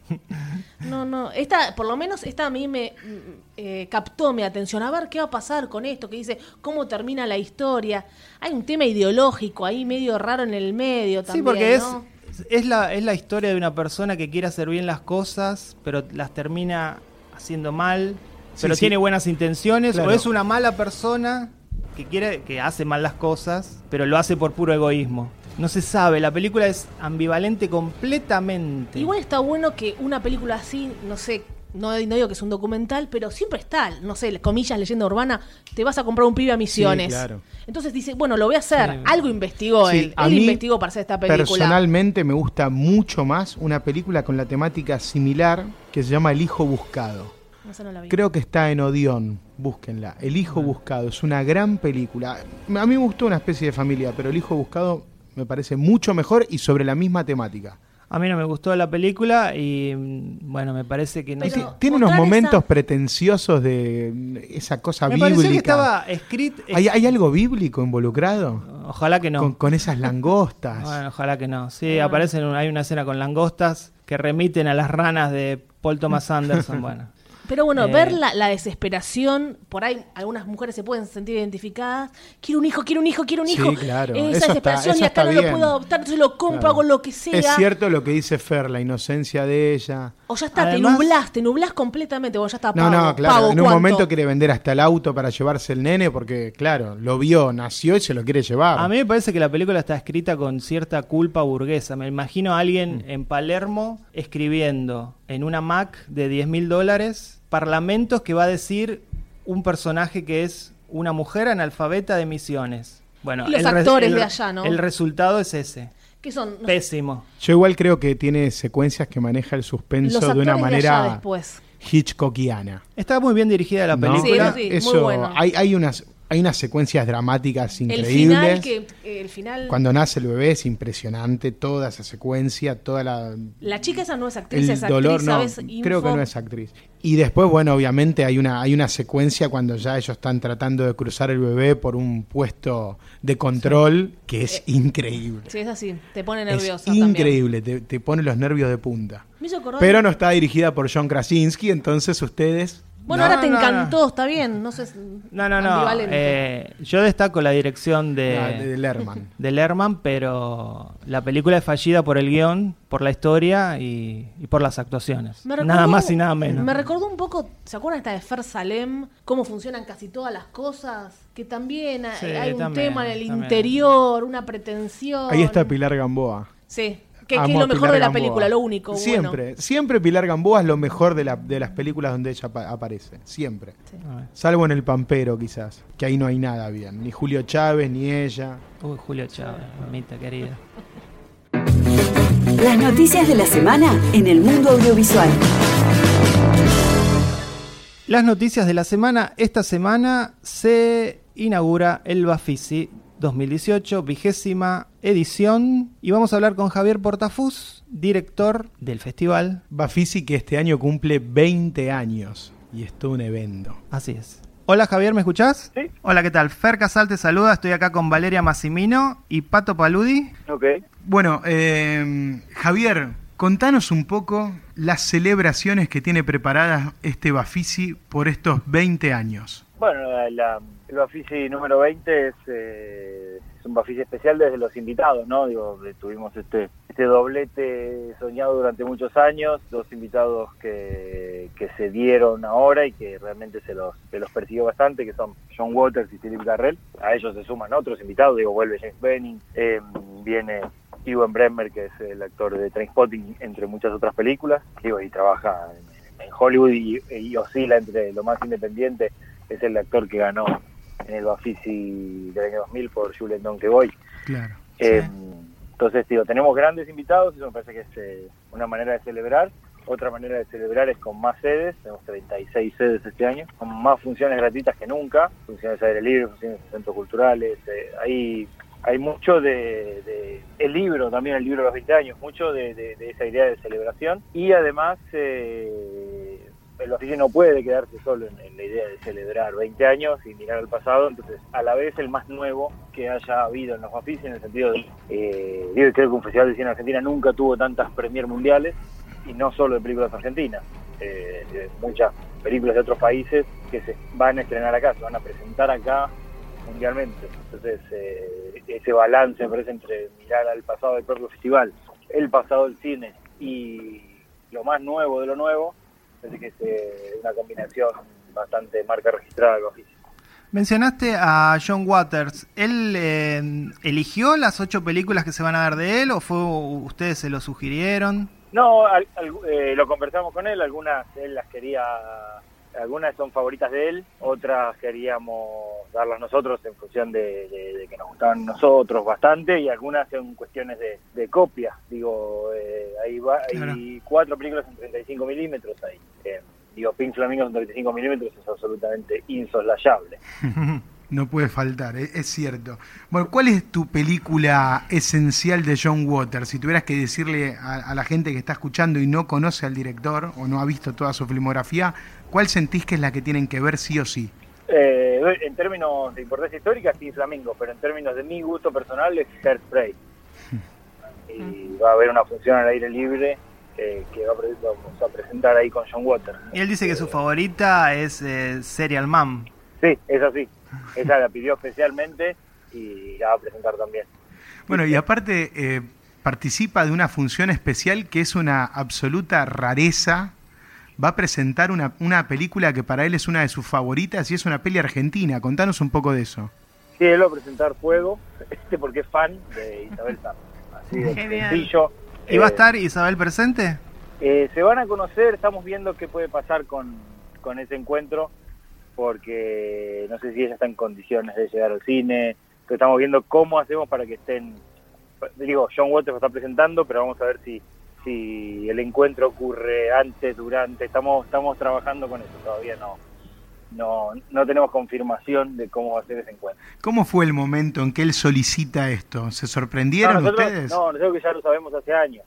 C: No, no. Esta, por lo menos, esta a mí me mm, eh, captó mi atención. A ver qué va a pasar con esto. Que dice, cómo termina la historia. Hay un tema ideológico ahí medio raro en el medio también.
B: sí, porque
C: ¿no?
B: es, es, la, es la historia de una persona que quiere hacer bien las cosas, pero las termina haciendo mal,
D: Sí,
B: pero
D: sí.
B: tiene buenas intenciones,
D: Claro.
B: o es una mala persona que quiere que hace mal las cosas, pero lo hace por puro egoísmo. No se sabe, la película es ambivalente completamente.
C: Igual está bueno que una película así, no sé, no, no digo que es un documental, pero siempre está, no sé, comillas, leyenda urbana, te vas a comprar un pibe a misiones.
D: Sí, claro.
C: Entonces dice, bueno, lo voy a hacer,
B: Sí.
C: algo investigó
D: Sí,
C: él,
D: a
C: él
D: mí,
C: investigó para hacer esta película.
D: Personalmente me gusta mucho más una película con la temática similar que se llama El Hijo Buscado.
C: Esa no la vi.
D: Creo que está en Odeón, búsquenla. El Hijo Buscado es una gran película. A mí me gustó una especie de familia, pero El Hijo Buscado me parece mucho mejor y sobre la misma temática.
B: A mí no me gustó la película y mm, bueno, me parece que no
C: Pero-
B: sé.
D: Ti- Tiene unos
C: mostrar
D: momentos
C: esa-
D: pretenciosos de mm, esa cosa
B: Me pareció
D: bíblica.
B: que estaba escrito
C: eh,
D: ¿Hay, hay algo bíblico involucrado?
B: Ojalá que no.
D: Con, con esas langostas.
B: Bueno, ojalá que no. Sí, aparecen, un- hay una escena con langostas que remiten a las ranas de Paul Thomas Anderson. bueno,
C: Pero bueno,
B: Eh.
C: ver la, la desesperación, por ahí algunas mujeres se pueden sentir identificadas, quiero un hijo, quiero un hijo, quiero un
D: Sí,
C: hijo.
D: claro, eso
C: Esa
D: está-
C: desesperación
D: eso
C: y acá
D: está
C: no lo
D: bien.
C: puedo adoptar, entonces lo compro,
D: Claro.
C: hago lo que sea.
D: Es cierto lo que dice Fer, la inocencia de ella.
C: O ya está,
B: Además-
C: te nublás, te nublás completamente, bueno, ya está pago,
D: No, no, claro.
C: pago,
D: en un
C: ¿cuánto?
D: momento quiere vender hasta el auto para llevarse el nene porque, claro, lo vio, nació y se lo quiere llevar.
B: a mí me parece que la película está escrita con cierta culpa burguesa. Me imagino a alguien en Palermo escribiendo en una Mac de 10 mil dólares parlamentos que va a decir un personaje que es una mujer analfabeta de misiones. Bueno,
C: Y los
B: re-
C: actores
B: el-
C: de allá, ¿no?
B: El resultado es ese.
C: ¿Qué son? No sé,
B: Pésimo.
D: Yo igual creo que tiene secuencias que maneja el suspenso
C: los
D: de
C: actores
D: una
C: de allá
D: manera
C: después.
D: hitchcockiana.
B: Está muy bien dirigida la
D: ¿no?
B: película.
C: Sí, eso sí. muy
D: Eso,
C: bueno.
D: hay, hay unas, hay unas secuencias dramáticas increíbles.
C: El final que eh, el final
D: Cuando nace el bebé es impresionante toda esa secuencia, toda la
C: la chica esa no es actriz,
D: el
C: es actriz,
D: dolor no,
C: ¿sabes?
D: creo
C: Info.
D: que no es actriz. Y después, bueno, obviamente hay una hay una secuencia cuando ya ellos están tratando de cruzar el bebé por un puesto de control que es increíble.
C: Sí, es así, te Eh, pone
D: Es
C: nerviosa también.
D: increíble, te, te pone los nervios de punta.
C: Me hizo acordar-
D: Pero no está dirigida por John Krasinski, entonces ustedes
C: Bueno,
B: No,
C: ahora te
B: no, no.
C: encantó, está bien, no sé. es
B: No, no, no.
C: ambivalente.
B: eh, yo destaco la dirección
D: Ah, de
B: de,
D: Lerman.
B: de Lerman, pero la película es fallida por el guión, por la historia y, y por las actuaciones.
C: Me recordó-
B: Nada más y nada menos.
C: Me recordó un poco, ¿se acuerdan esta de Fer Salem? Cómo funcionan casi todas las cosas. Que también hay,
B: Sí,
C: hay un
B: también,
C: tema en el
B: también.
C: interior, una pretensión.
D: Ahí está Pilar Gamboa.
C: Sí, que, que
D: Amo
C: es
D: a
C: lo mejor
D: Pilar
C: de la
D: Gamboa.
C: película, lo único. bueno.
D: Siempre, siempre Pilar Gamboa es lo mejor de, la- de las películas donde ella apa- aparece. Siempre.
B: A ver.
D: Salvo en El Pampero, quizás. Que ahí no hay nada bien. Ni Julio Chávez, ni ella.
B: Uy, Julio Chávez, mamita querida.
A: Las noticias de la semana en el mundo audiovisual.
B: Las noticias de la semana. Esta semana se inaugura el Bafisi 2018, vigésima edición. Y vamos a hablar con Javier Portafus, director del festival.
D: Bafisi, que este año cumple 20 años. Y es todo un evento.
B: Así es. Hola Javier, ¿me escuchás? Sí. Hola, ¿qué tal? Fer Casal te saluda, estoy acá con Valeria Massimino y Pato Paludi.
E: Ok.
D: Bueno, eh, Javier, contanos un poco las celebraciones que tiene preparadas este Bafisi por estos 20 años.
E: Bueno, la- la- el Bafisi número 20 es, eh, es un Bafisi especial desde los invitados, ¿no? Digo, eh, tuvimos este, este doblete soñado durante muchos años, dos invitados que, que se dieron ahora y que realmente se los, se los persiguió bastante, que son John Waters y Philip Garrell. A ellos se suman otros invitados, digo, vuelve James Benning, eh, viene Iwan Bremmer, que es el actor de Trainspotting, entre muchas otras películas, digo, y trabaja en, en Hollywood y- y oscila entre lo más independiente es el actor que ganó en el Bafisi del año 2000 por Jules Don que voy.
D: Claro.
E: Eh, Entonces, digo, tenemos grandes invitados, eso me parece que es eh, una manera de celebrar. Otra manera de celebrar es con más sedes, tenemos 36 sedes este año, con más funciones gratuitas que nunca, funciones de aire libre, funciones de centros culturales, eh, hay, hay mucho de, de, el libro, también el libro de los 20 años, mucho de, de, de esa idea de celebración y además eh, el oficio no puede quedarse solo en, en, la idea de celebrar 20 años y mirar al pasado, entonces a la vez el más nuevo que haya habido en los oficios, en el sentido de, eh, digo, creo que un festival de cine argentina nunca tuvo tantas premier mundiales y no solo de películas argentinas, eh, de muchas películas de otros países que se van a estrenar acá, se van a presentar acá mundialmente. Entonces, eh, ese balance me parece entre mirar al pasado del propio festival, el pasado del cine y lo más nuevo de lo nuevo, Así que es eh, una combinación bastante marca registrada lo oficio.
B: Mencionaste a John Waters. ¿Él eh, eligió las ocho películas que se van a dar de él o fue ustedes se lo sugirieron?
E: No, al, al, eh, lo conversamos con él. Algunas él las quería, algunas son favoritas de él, otras queríamos darlas nosotros en función de, de, de que nos gustaban nosotros bastante y algunas son cuestiones de, de copia. Digo, eh, hay, claro. hay cuatro películas en 35 milímetros ahí. Eh, digo, Pink Flamingos en 35 milímetros es absolutamente insolayable.
D: no puede faltar, es, es, cierto. Bueno, ¿cuál es tu película esencial de John Waters? Si tuvieras que decirle a, a, la gente que está escuchando y no conoce al director o no ha visto toda su filmografía, ¿cuál sentís que es la que tienen que ver sí o sí?
E: Eh, en términos de importancia histórica, Pink Flamingos, pero en términos de mi gusto personal es Hairspray. y
B: Mm.
E: va a haber una función al aire libre eh, que va a, a, presentar ahí con John Waters.
B: Y él dice que eh, su favorita es eh, Serial Mom.
E: Sí, es así. Esa la pidió especialmente y la va a presentar también.
D: Bueno, y aparte eh, participa de una función especial que es una absoluta rareza. Va a presentar una, una película que para él es una de sus favoritas y es una peli argentina. Contanos un poco de eso.
E: Sí, él va a presentar Fuego, este porque es fan de Isabel Sanz. Así de sencillo.
B: ¿Y va a estar Isabel presente?
E: Eh, se van a conocer, estamos viendo qué puede pasar con, con, ese encuentro, porque no sé si ella está en condiciones de llegar al cine, pero estamos viendo cómo hacemos para que estén, digo, John Waters lo está presentando, pero vamos a ver si, si el encuentro ocurre antes, durante, estamos, estamos trabajando con eso, todavía no, no, no tenemos confirmación de cómo va a ser ese encuentro.
D: ¿Cómo fue el momento en que él solicita esto? ¿Se sorprendieron
E: no, nosotros,
D: ustedes?
E: No, nosotros que ya lo sabemos hace años,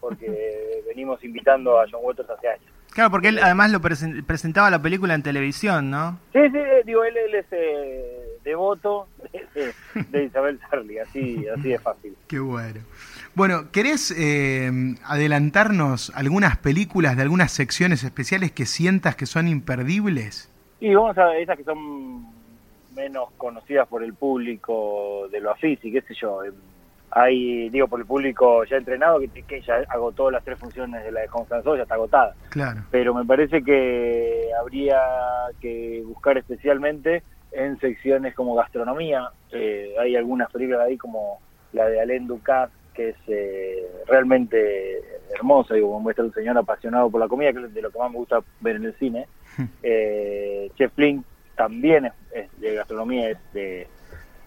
E: porque venimos invitando a John Waters hace años.
B: Claro, porque él además lo presen presentaba la película en televisión, ¿no?
E: Sí, sí, digo, él, él es eh, devoto de, de Isabel Sarli, así, así es fácil.
D: Qué bueno. Bueno, ¿querés eh, adelantarnos algunas películas de algunas secciones especiales que sientas que son imperdibles?
E: Y vamos a esas que son menos conocidas por el público de lo afisi, qué sé yo. em, Hay, digo, por el público ya entrenado, que, que ya agotó las tres funciones de la de Constanzo, ya está agotada.
D: Claro.
E: Pero me parece que habría que buscar especialmente en secciones como gastronomía. Eh, hay algunas películas ahí como la de Alain Ducasse, que es eh, realmente hermosa, digo, muestra un señor apasionado por la comida, que es de lo que más me gusta ver en el cine. Eh, Chef Flynn también es, es, de gastronomía, es de,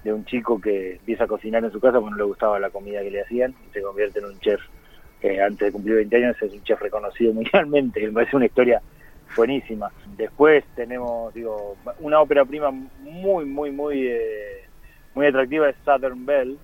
E: de, un chico que empieza a cocinar en su casa porque no le gustaba la comida que le hacían y se convierte en un chef. Eh, antes de cumplir 20 años es un chef reconocido mundialmente, me parece una historia buenísima. Después tenemos, digo, una ópera prima muy, muy, muy, eh, muy atractiva es Southern Bell.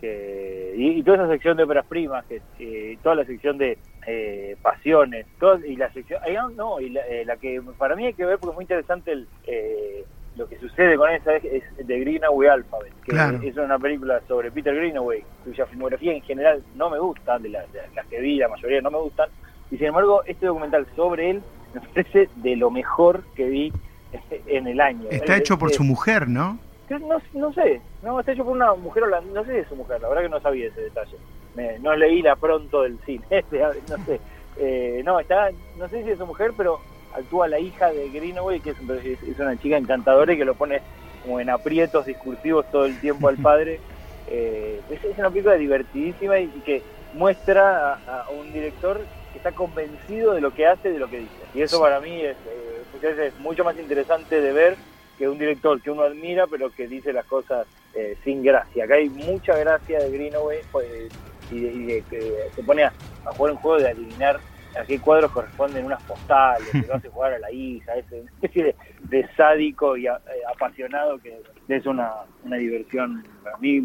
E: Que, y, y, toda esa sección de óperas primas, que, toda la sección de, eh, pasiones todo, y la sección no y la, eh, la, que para mí hay que ver porque es muy interesante el, eh, lo que sucede con esa es, es de Greenaway Alphabet que claro. es una película sobre Peter Greenaway cuya filmografía en general no me gusta de, la, de las que vi la mayoría no me gustan y sin embargo este documental sobre él me parece de lo mejor que vi en el año Eh,
D: está
E: el,
D: hecho por su mujer no
E: no, no sé, no, está hecho por una mujer holandesa, no sé de su mujer, la verdad que no sabía ese detalle. Me, no leí la pronto del cine, no sé. Eh, no, está, no sé si es su mujer, pero actúa la hija de Greenaway, que es, es, una chica encantadora y que lo pone como en aprietos discursivos todo el tiempo al padre. Eh, es, es, una película divertidísima y, y que muestra a, a, un director que está convencido de lo que hace y de lo que dice. Y eso para mí es, eh, es mucho más interesante de ver que un director que uno admira, pero que dice las cosas eh, sin gracia. Acá hay mucha gracia de Greenaway pues, y, de, y de que se pone a, a, jugar un juego de adivinar a qué cuadros corresponden unas postales, que lo hace jugar a la hija, es una especie de, de sádico y a, eh, apasionado que es una, una diversión para mí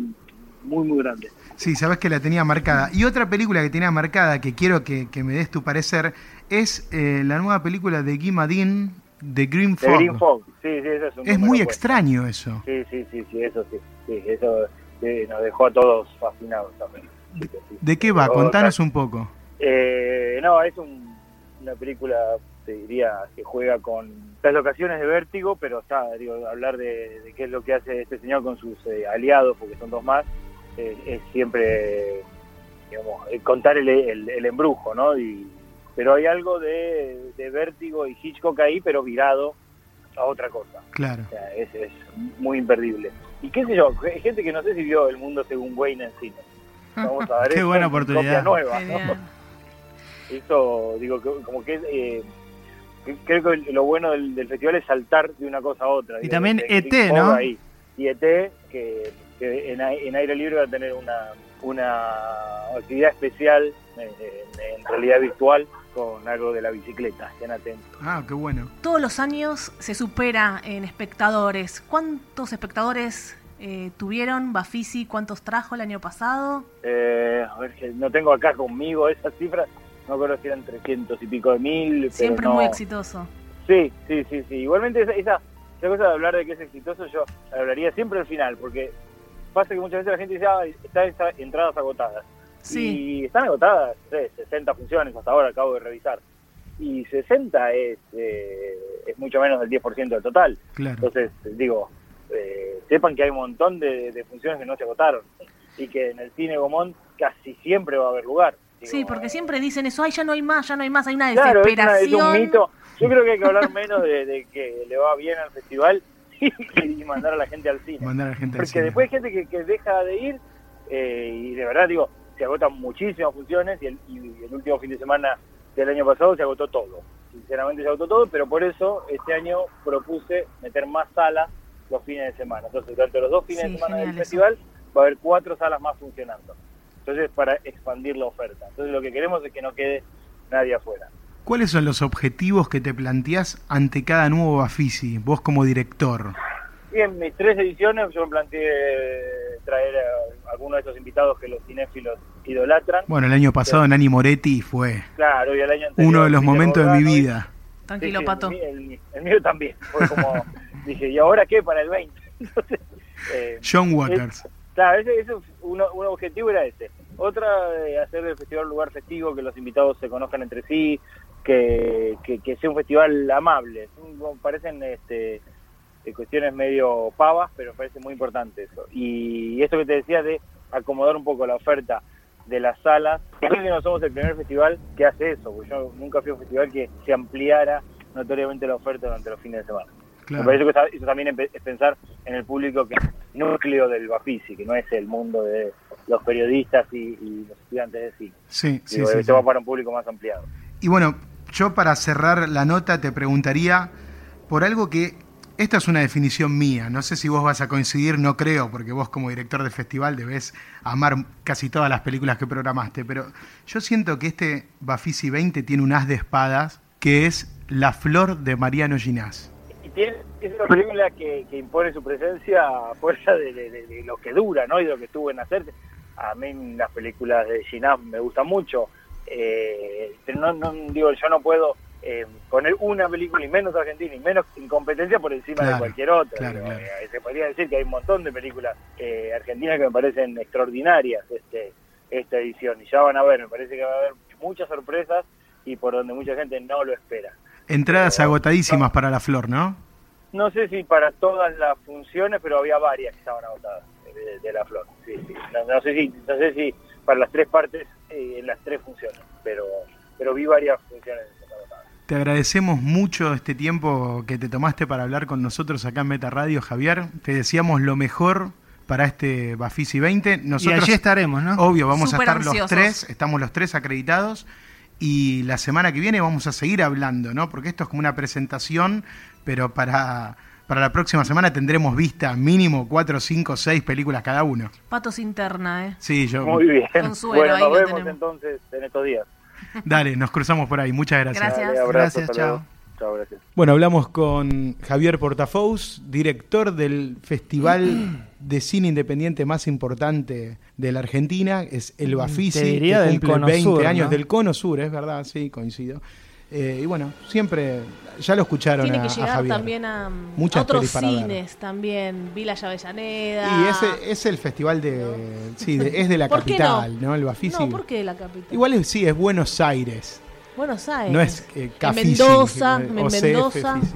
E: muy, muy grande.
D: Sí, sabes que la tenía marcada. Y otra película que tenía marcada, que quiero que, que me des tu parecer, es eh, la nueva película de Guy Madin, The Green Fog.
E: Green Fog. Sí, sí, eso es, un
D: es muy pues. extraño eso.
E: Sí, sí, sí, sí, eso sí. sí eso sí, nos dejó a todos fascinados también.
D: Sí, ¿De qué va? Pero, Contanos claro. un poco.
E: Eh, no, es un, una película, te diría, que juega con las locaciones de vértigo, pero está, digo, hablar de, de qué es lo que hace este señor con sus eh, aliados, porque son dos más, es, es siempre, digamos, eh, contar el, el, el embrujo, ¿no? Y, pero hay algo de, de, vértigo y Hitchcock ahí, pero virado a otra cosa.
D: Claro.
E: O sea, es, es, muy imperdible. Y qué sé yo, hay gente que no sé si vio El Mundo Según Wayne en cine. Vamos a ver.
D: qué buena oportunidad.
E: Copia nueva, ¿no? Esto, digo, como que eh, creo que lo bueno del, del, festival es saltar de una cosa a otra.
D: Y digo, también ET, ¿no?
E: Ahí. Y ET, que, que en, en aire libre va a tener una, una actividad especial eh, en, en, realidad virtual con algo de la bicicleta, estén atentos.
D: Ah, qué bueno.
F: Todos los años se supera en espectadores. ¿Cuántos espectadores eh, tuvieron Bafisi? ¿Cuántos trajo el año pasado?
E: Eh, a ver, no tengo acá conmigo esas cifras. No creo que eran 300 y pico de mil.
F: Siempre
E: pero no.
F: muy exitoso.
E: Sí, sí, sí, sí. Igualmente esa, esa, esa cosa de hablar de que es exitoso yo hablaría siempre al final, porque pasa que muchas veces la gente dice, ah, están está, entradas agotadas. Sí. Y están agotadas, ¿sí? 60 funciones hasta ahora, acabo de revisar. Y 60 es, eh, es mucho menos del 10% del total.
D: Claro.
E: Entonces, digo, eh, sepan que hay un montón de, de, funciones que no se agotaron y que en el cine Gomón casi siempre va a haber lugar.
F: Digo, sí, porque eh, siempre dicen eso, ay, ya no hay más, ya no hay más, hay una claro, desesperación.
E: Es, una, es un mito. Yo creo que hay que hablar menos de, de que le va bien al festival y mandar a la gente al cine.
D: Mandar a la gente al
E: Porque
D: cine.
E: después hay gente que, que deja de ir eh, y de verdad, digo, se agotan muchísimas funciones y el, y el, último fin de semana del año pasado se agotó todo. Sinceramente se agotó todo, pero por eso este año propuse meter más salas los fines de semana. Entonces, durante los dos fines sí, de semana del festival eso. va a haber cuatro salas más funcionando. Entonces, para expandir la oferta. Entonces, lo que queremos es que no quede nadie afuera.
D: ¿Cuáles son los objetivos que te planteás ante cada nuevo Bafisi, vos como director?
E: Bien, mis tres ediciones yo me planteé traer a algunos de esos invitados que los cinéfilos idolatran.
D: Bueno, el año pasado Entonces, Nani Moretti fue
E: claro, y el año anterior,
D: uno de los momentos Bogano, de mi vida.
F: Y... Tranquilo, sí, sí, Pato.
E: El, el, el, mío también. Fue como, dije, ¿y ahora qué para el 20? Entonces,
D: eh, John Waters.
E: Es, claro, ese, ese uno, un objetivo era ese. Otra, eh, hacer del festival un lugar festivo, que los invitados se conozcan entre sí, que, que, que, sea un festival amable. Parecen este, cuestiones medio pavas, pero me parece muy importante eso. Y, eso que te decía de acomodar un poco la oferta de las salas, creo que no somos el primer festival que hace eso, porque yo nunca fui a un festival que se ampliara notoriamente la oferta durante los fines de semana. Claro. Me parece que eso también es pensar en el público que núcleo del Bafisi, que no es el mundo de los periodistas y, y los estudiantes de cine.
D: Sí, sí,
E: Digo,
D: sí, sí.
E: esto va para un público más ampliado.
D: Y bueno, yo para cerrar la nota te preguntaría por algo que esta es una definición mía, no sé si vos vas a coincidir, no creo, porque vos como director de festival debes amar casi todas las películas que programaste, pero yo siento que este Bafisi 20 tiene un as de espadas que es La Flor de Mariano Ginás.
E: Y tiene, es una película que, que, impone su presencia a fuerza de, de, de, de, lo que dura, ¿no? Y de lo que estuvo en hacer. A mí las películas de Ginás me gustan mucho. Eh, no, no, digo, yo no puedo eh, poner una película y menos argentina y menos incompetencia por encima claro, de cualquier otra.
D: Claro, claro.
E: Eh, se podría decir que hay un montón de películas eh, argentinas que me parecen extraordinarias este, esta edición y ya van a ver, me parece que va a haber muchas sorpresas y por donde mucha gente no lo espera.
D: Entradas agotadísimas no, para la flor, ¿no?
E: No sé si para todas las funciones, pero había varias que estaban agotadas eh, de, de la flor. Sí, sí. No, sé si, no sé si para las tres partes en las tres funciones, pero, pero vi varias funciones.
D: Te agradecemos mucho este tiempo que te tomaste para hablar con nosotros acá en Meta Radio, Javier. Te deseamos lo mejor para este Bafisi 20. Nosotros,
B: y allí estaremos, ¿no?
D: Obvio, vamos Super a estar ansiosos. los tres, estamos los tres acreditados. Y la semana que viene vamos a seguir hablando, ¿no? Porque esto es como una presentación, pero para Para la próxima semana tendremos vista mínimo 4, 5, 6 películas cada uno.
F: Patos interna, ¿eh?
D: Sí, yo.
E: Muy bien.
F: Consuelo,
E: bueno,
F: ahí
E: nos
F: lo
E: vemos
F: tenemos.
E: entonces en estos días.
D: Dale, nos cruzamos por ahí. Muchas gracias.
F: Gracias.
E: Dale, abrazo,
D: Gracias,
E: hasta
D: chao.
E: luego. Chao, gracias.
D: Bueno, hablamos con Javier Portafous, director del festival de cine independiente más importante de la Argentina, es el Bafisi,
B: Te diría
D: que
B: del
D: cumple
B: Cono
D: 20
B: Sur,
D: años
B: ¿no?
D: del Cono Sur, es verdad, sí, coincido. Eh, y bueno, siempre, ya lo escucharon
F: Tiene
D: a,
F: que
D: a
F: llegar
D: Javier.
F: también a,
D: Muchas
F: a otros
D: pelis para ver.
F: cines también. Villa Avellaneda.
D: Y ese es el festival de, sí, de- es de la
F: ¿Por qué
D: capital,
F: no?
D: ¿no? El Bafisi.
F: No, ¿por qué la capital?
D: Igual es- sí, es Buenos Aires,
F: Buenos Aires.
D: no es eh,
F: En
D: Cafisi,
F: Mendoza,
D: eh,
F: en
D: o CF
F: Mendoza.
D: Fisi.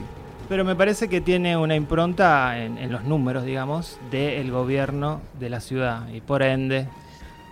B: Pero me parece que tiene una impronta en, en los números, digamos, del gobierno de la ciudad. Y por ende,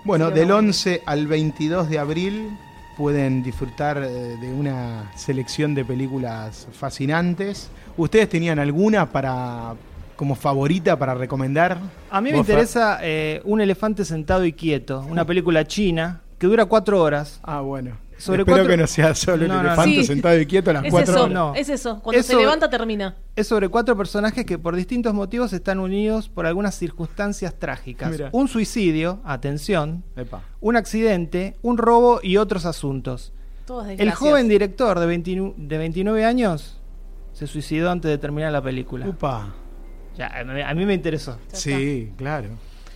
D: Bueno,
F: Sí,
D: del
F: vamos.
D: 11 al 22 de abril pueden disfrutar eh, de una selección de películas fascinantes. ¿Ustedes tenían alguna para como favorita para recomendar?
B: a mí me
D: Vos, Fer.
B: interesa eh, Un elefante sentado y quieto, una película china que dura cuatro horas.
D: Ah, bueno.
B: Sobre
D: Espero
B: cuatro-
D: que no sea solo
B: No,
D: el
B: no,
D: elefante
F: sí.
D: sentado y quieto a las
F: Es
D: cuatro
F: eso,
D: horas.
B: no.
F: es eso. Cuando se
B: Eso-
F: levanta termina.
B: Es sobre cuatro personajes que por distintos motivos están unidos por algunas circunstancias trágicas.
D: Mirá.
B: Un suicidio, atención,
D: Epa.
B: un accidente, un robo y otros asuntos.
F: Todas
B: El
F: desgracias.
B: joven director de, 29 de 29 años se suicidó antes de terminar la película.
D: Upa.
B: Ya, a mí- a mí me interesó.
F: Ya
D: Sí, claro.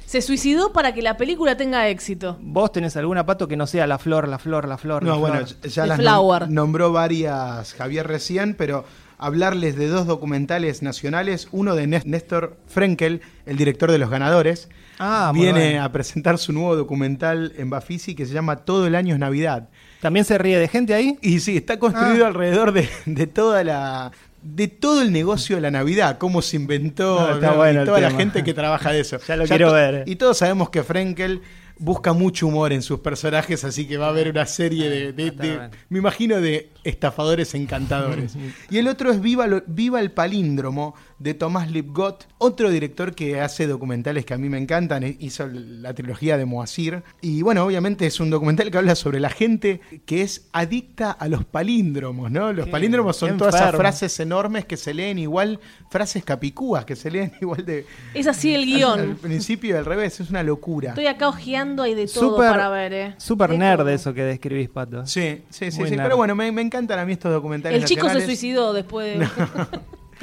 F: Se suicidó para que la película tenga éxito.
B: ¿Vos tenés alguna pato que no sea la flor, la flor, la flor?
D: No,
B: la
D: bueno,
B: flor?
D: ya
F: The
D: las nom-
F: Flower.
D: nombró varias Javier recién, pero hablarles de dos documentales nacionales, uno de Nes- Néstor Frenkel, el director de Los Ganadores,
B: Ah, muy
D: viene
B: bueno.
D: a presentar su nuevo documental en Bafisi que se llama Todo el año es Navidad.
B: ¿También se ríe de gente ahí?
D: Y sí, está construido
B: Ah.
D: alrededor de, de toda la de todo el negocio de la Navidad, cómo se inventó
B: No, está
D: ¿no?
B: bueno
D: y
B: el
D: toda la
B: tema.
D: gente que trabaja de eso.
B: Ya lo quiero
D: to-
B: ver.
D: Y todos sabemos que Frenkel busca mucho humor en sus personajes, así que va a haber una serie de, de-
B: está
D: de-
B: bueno.
D: me imagino, de estafadores encantadores. y el otro es Viva, lo- Viva el palíndromo de Tomás Lipgott, otro director que hace documentales que a mí me encantan, e- hizo la trilogía de Moasir. Y bueno, obviamente es un documental que habla sobre la gente que es adicta a los palíndromos, ¿no? Los
B: Qué-
D: palíndromos son
B: qué
D: todas esas
B: enfermo.
D: frases enormes que se leen igual, frases capicúas que se leen igual de...
F: Es así el
D: Al, al
F: guión.
D: principio y al revés, es una locura.
F: Estoy acá ojeando hay de todo
B: Súper-
F: para ver, eh.
B: Súper
F: De
B: nerd
F: todo.
B: eso que describís, pato.
D: Sí, sí, sí,
B: Muy
D: sí.
B: nerd.
D: Pero bueno, me, me encantan a mí estos documentales.
F: El chico se
D: nacionales.
F: suicidó después de...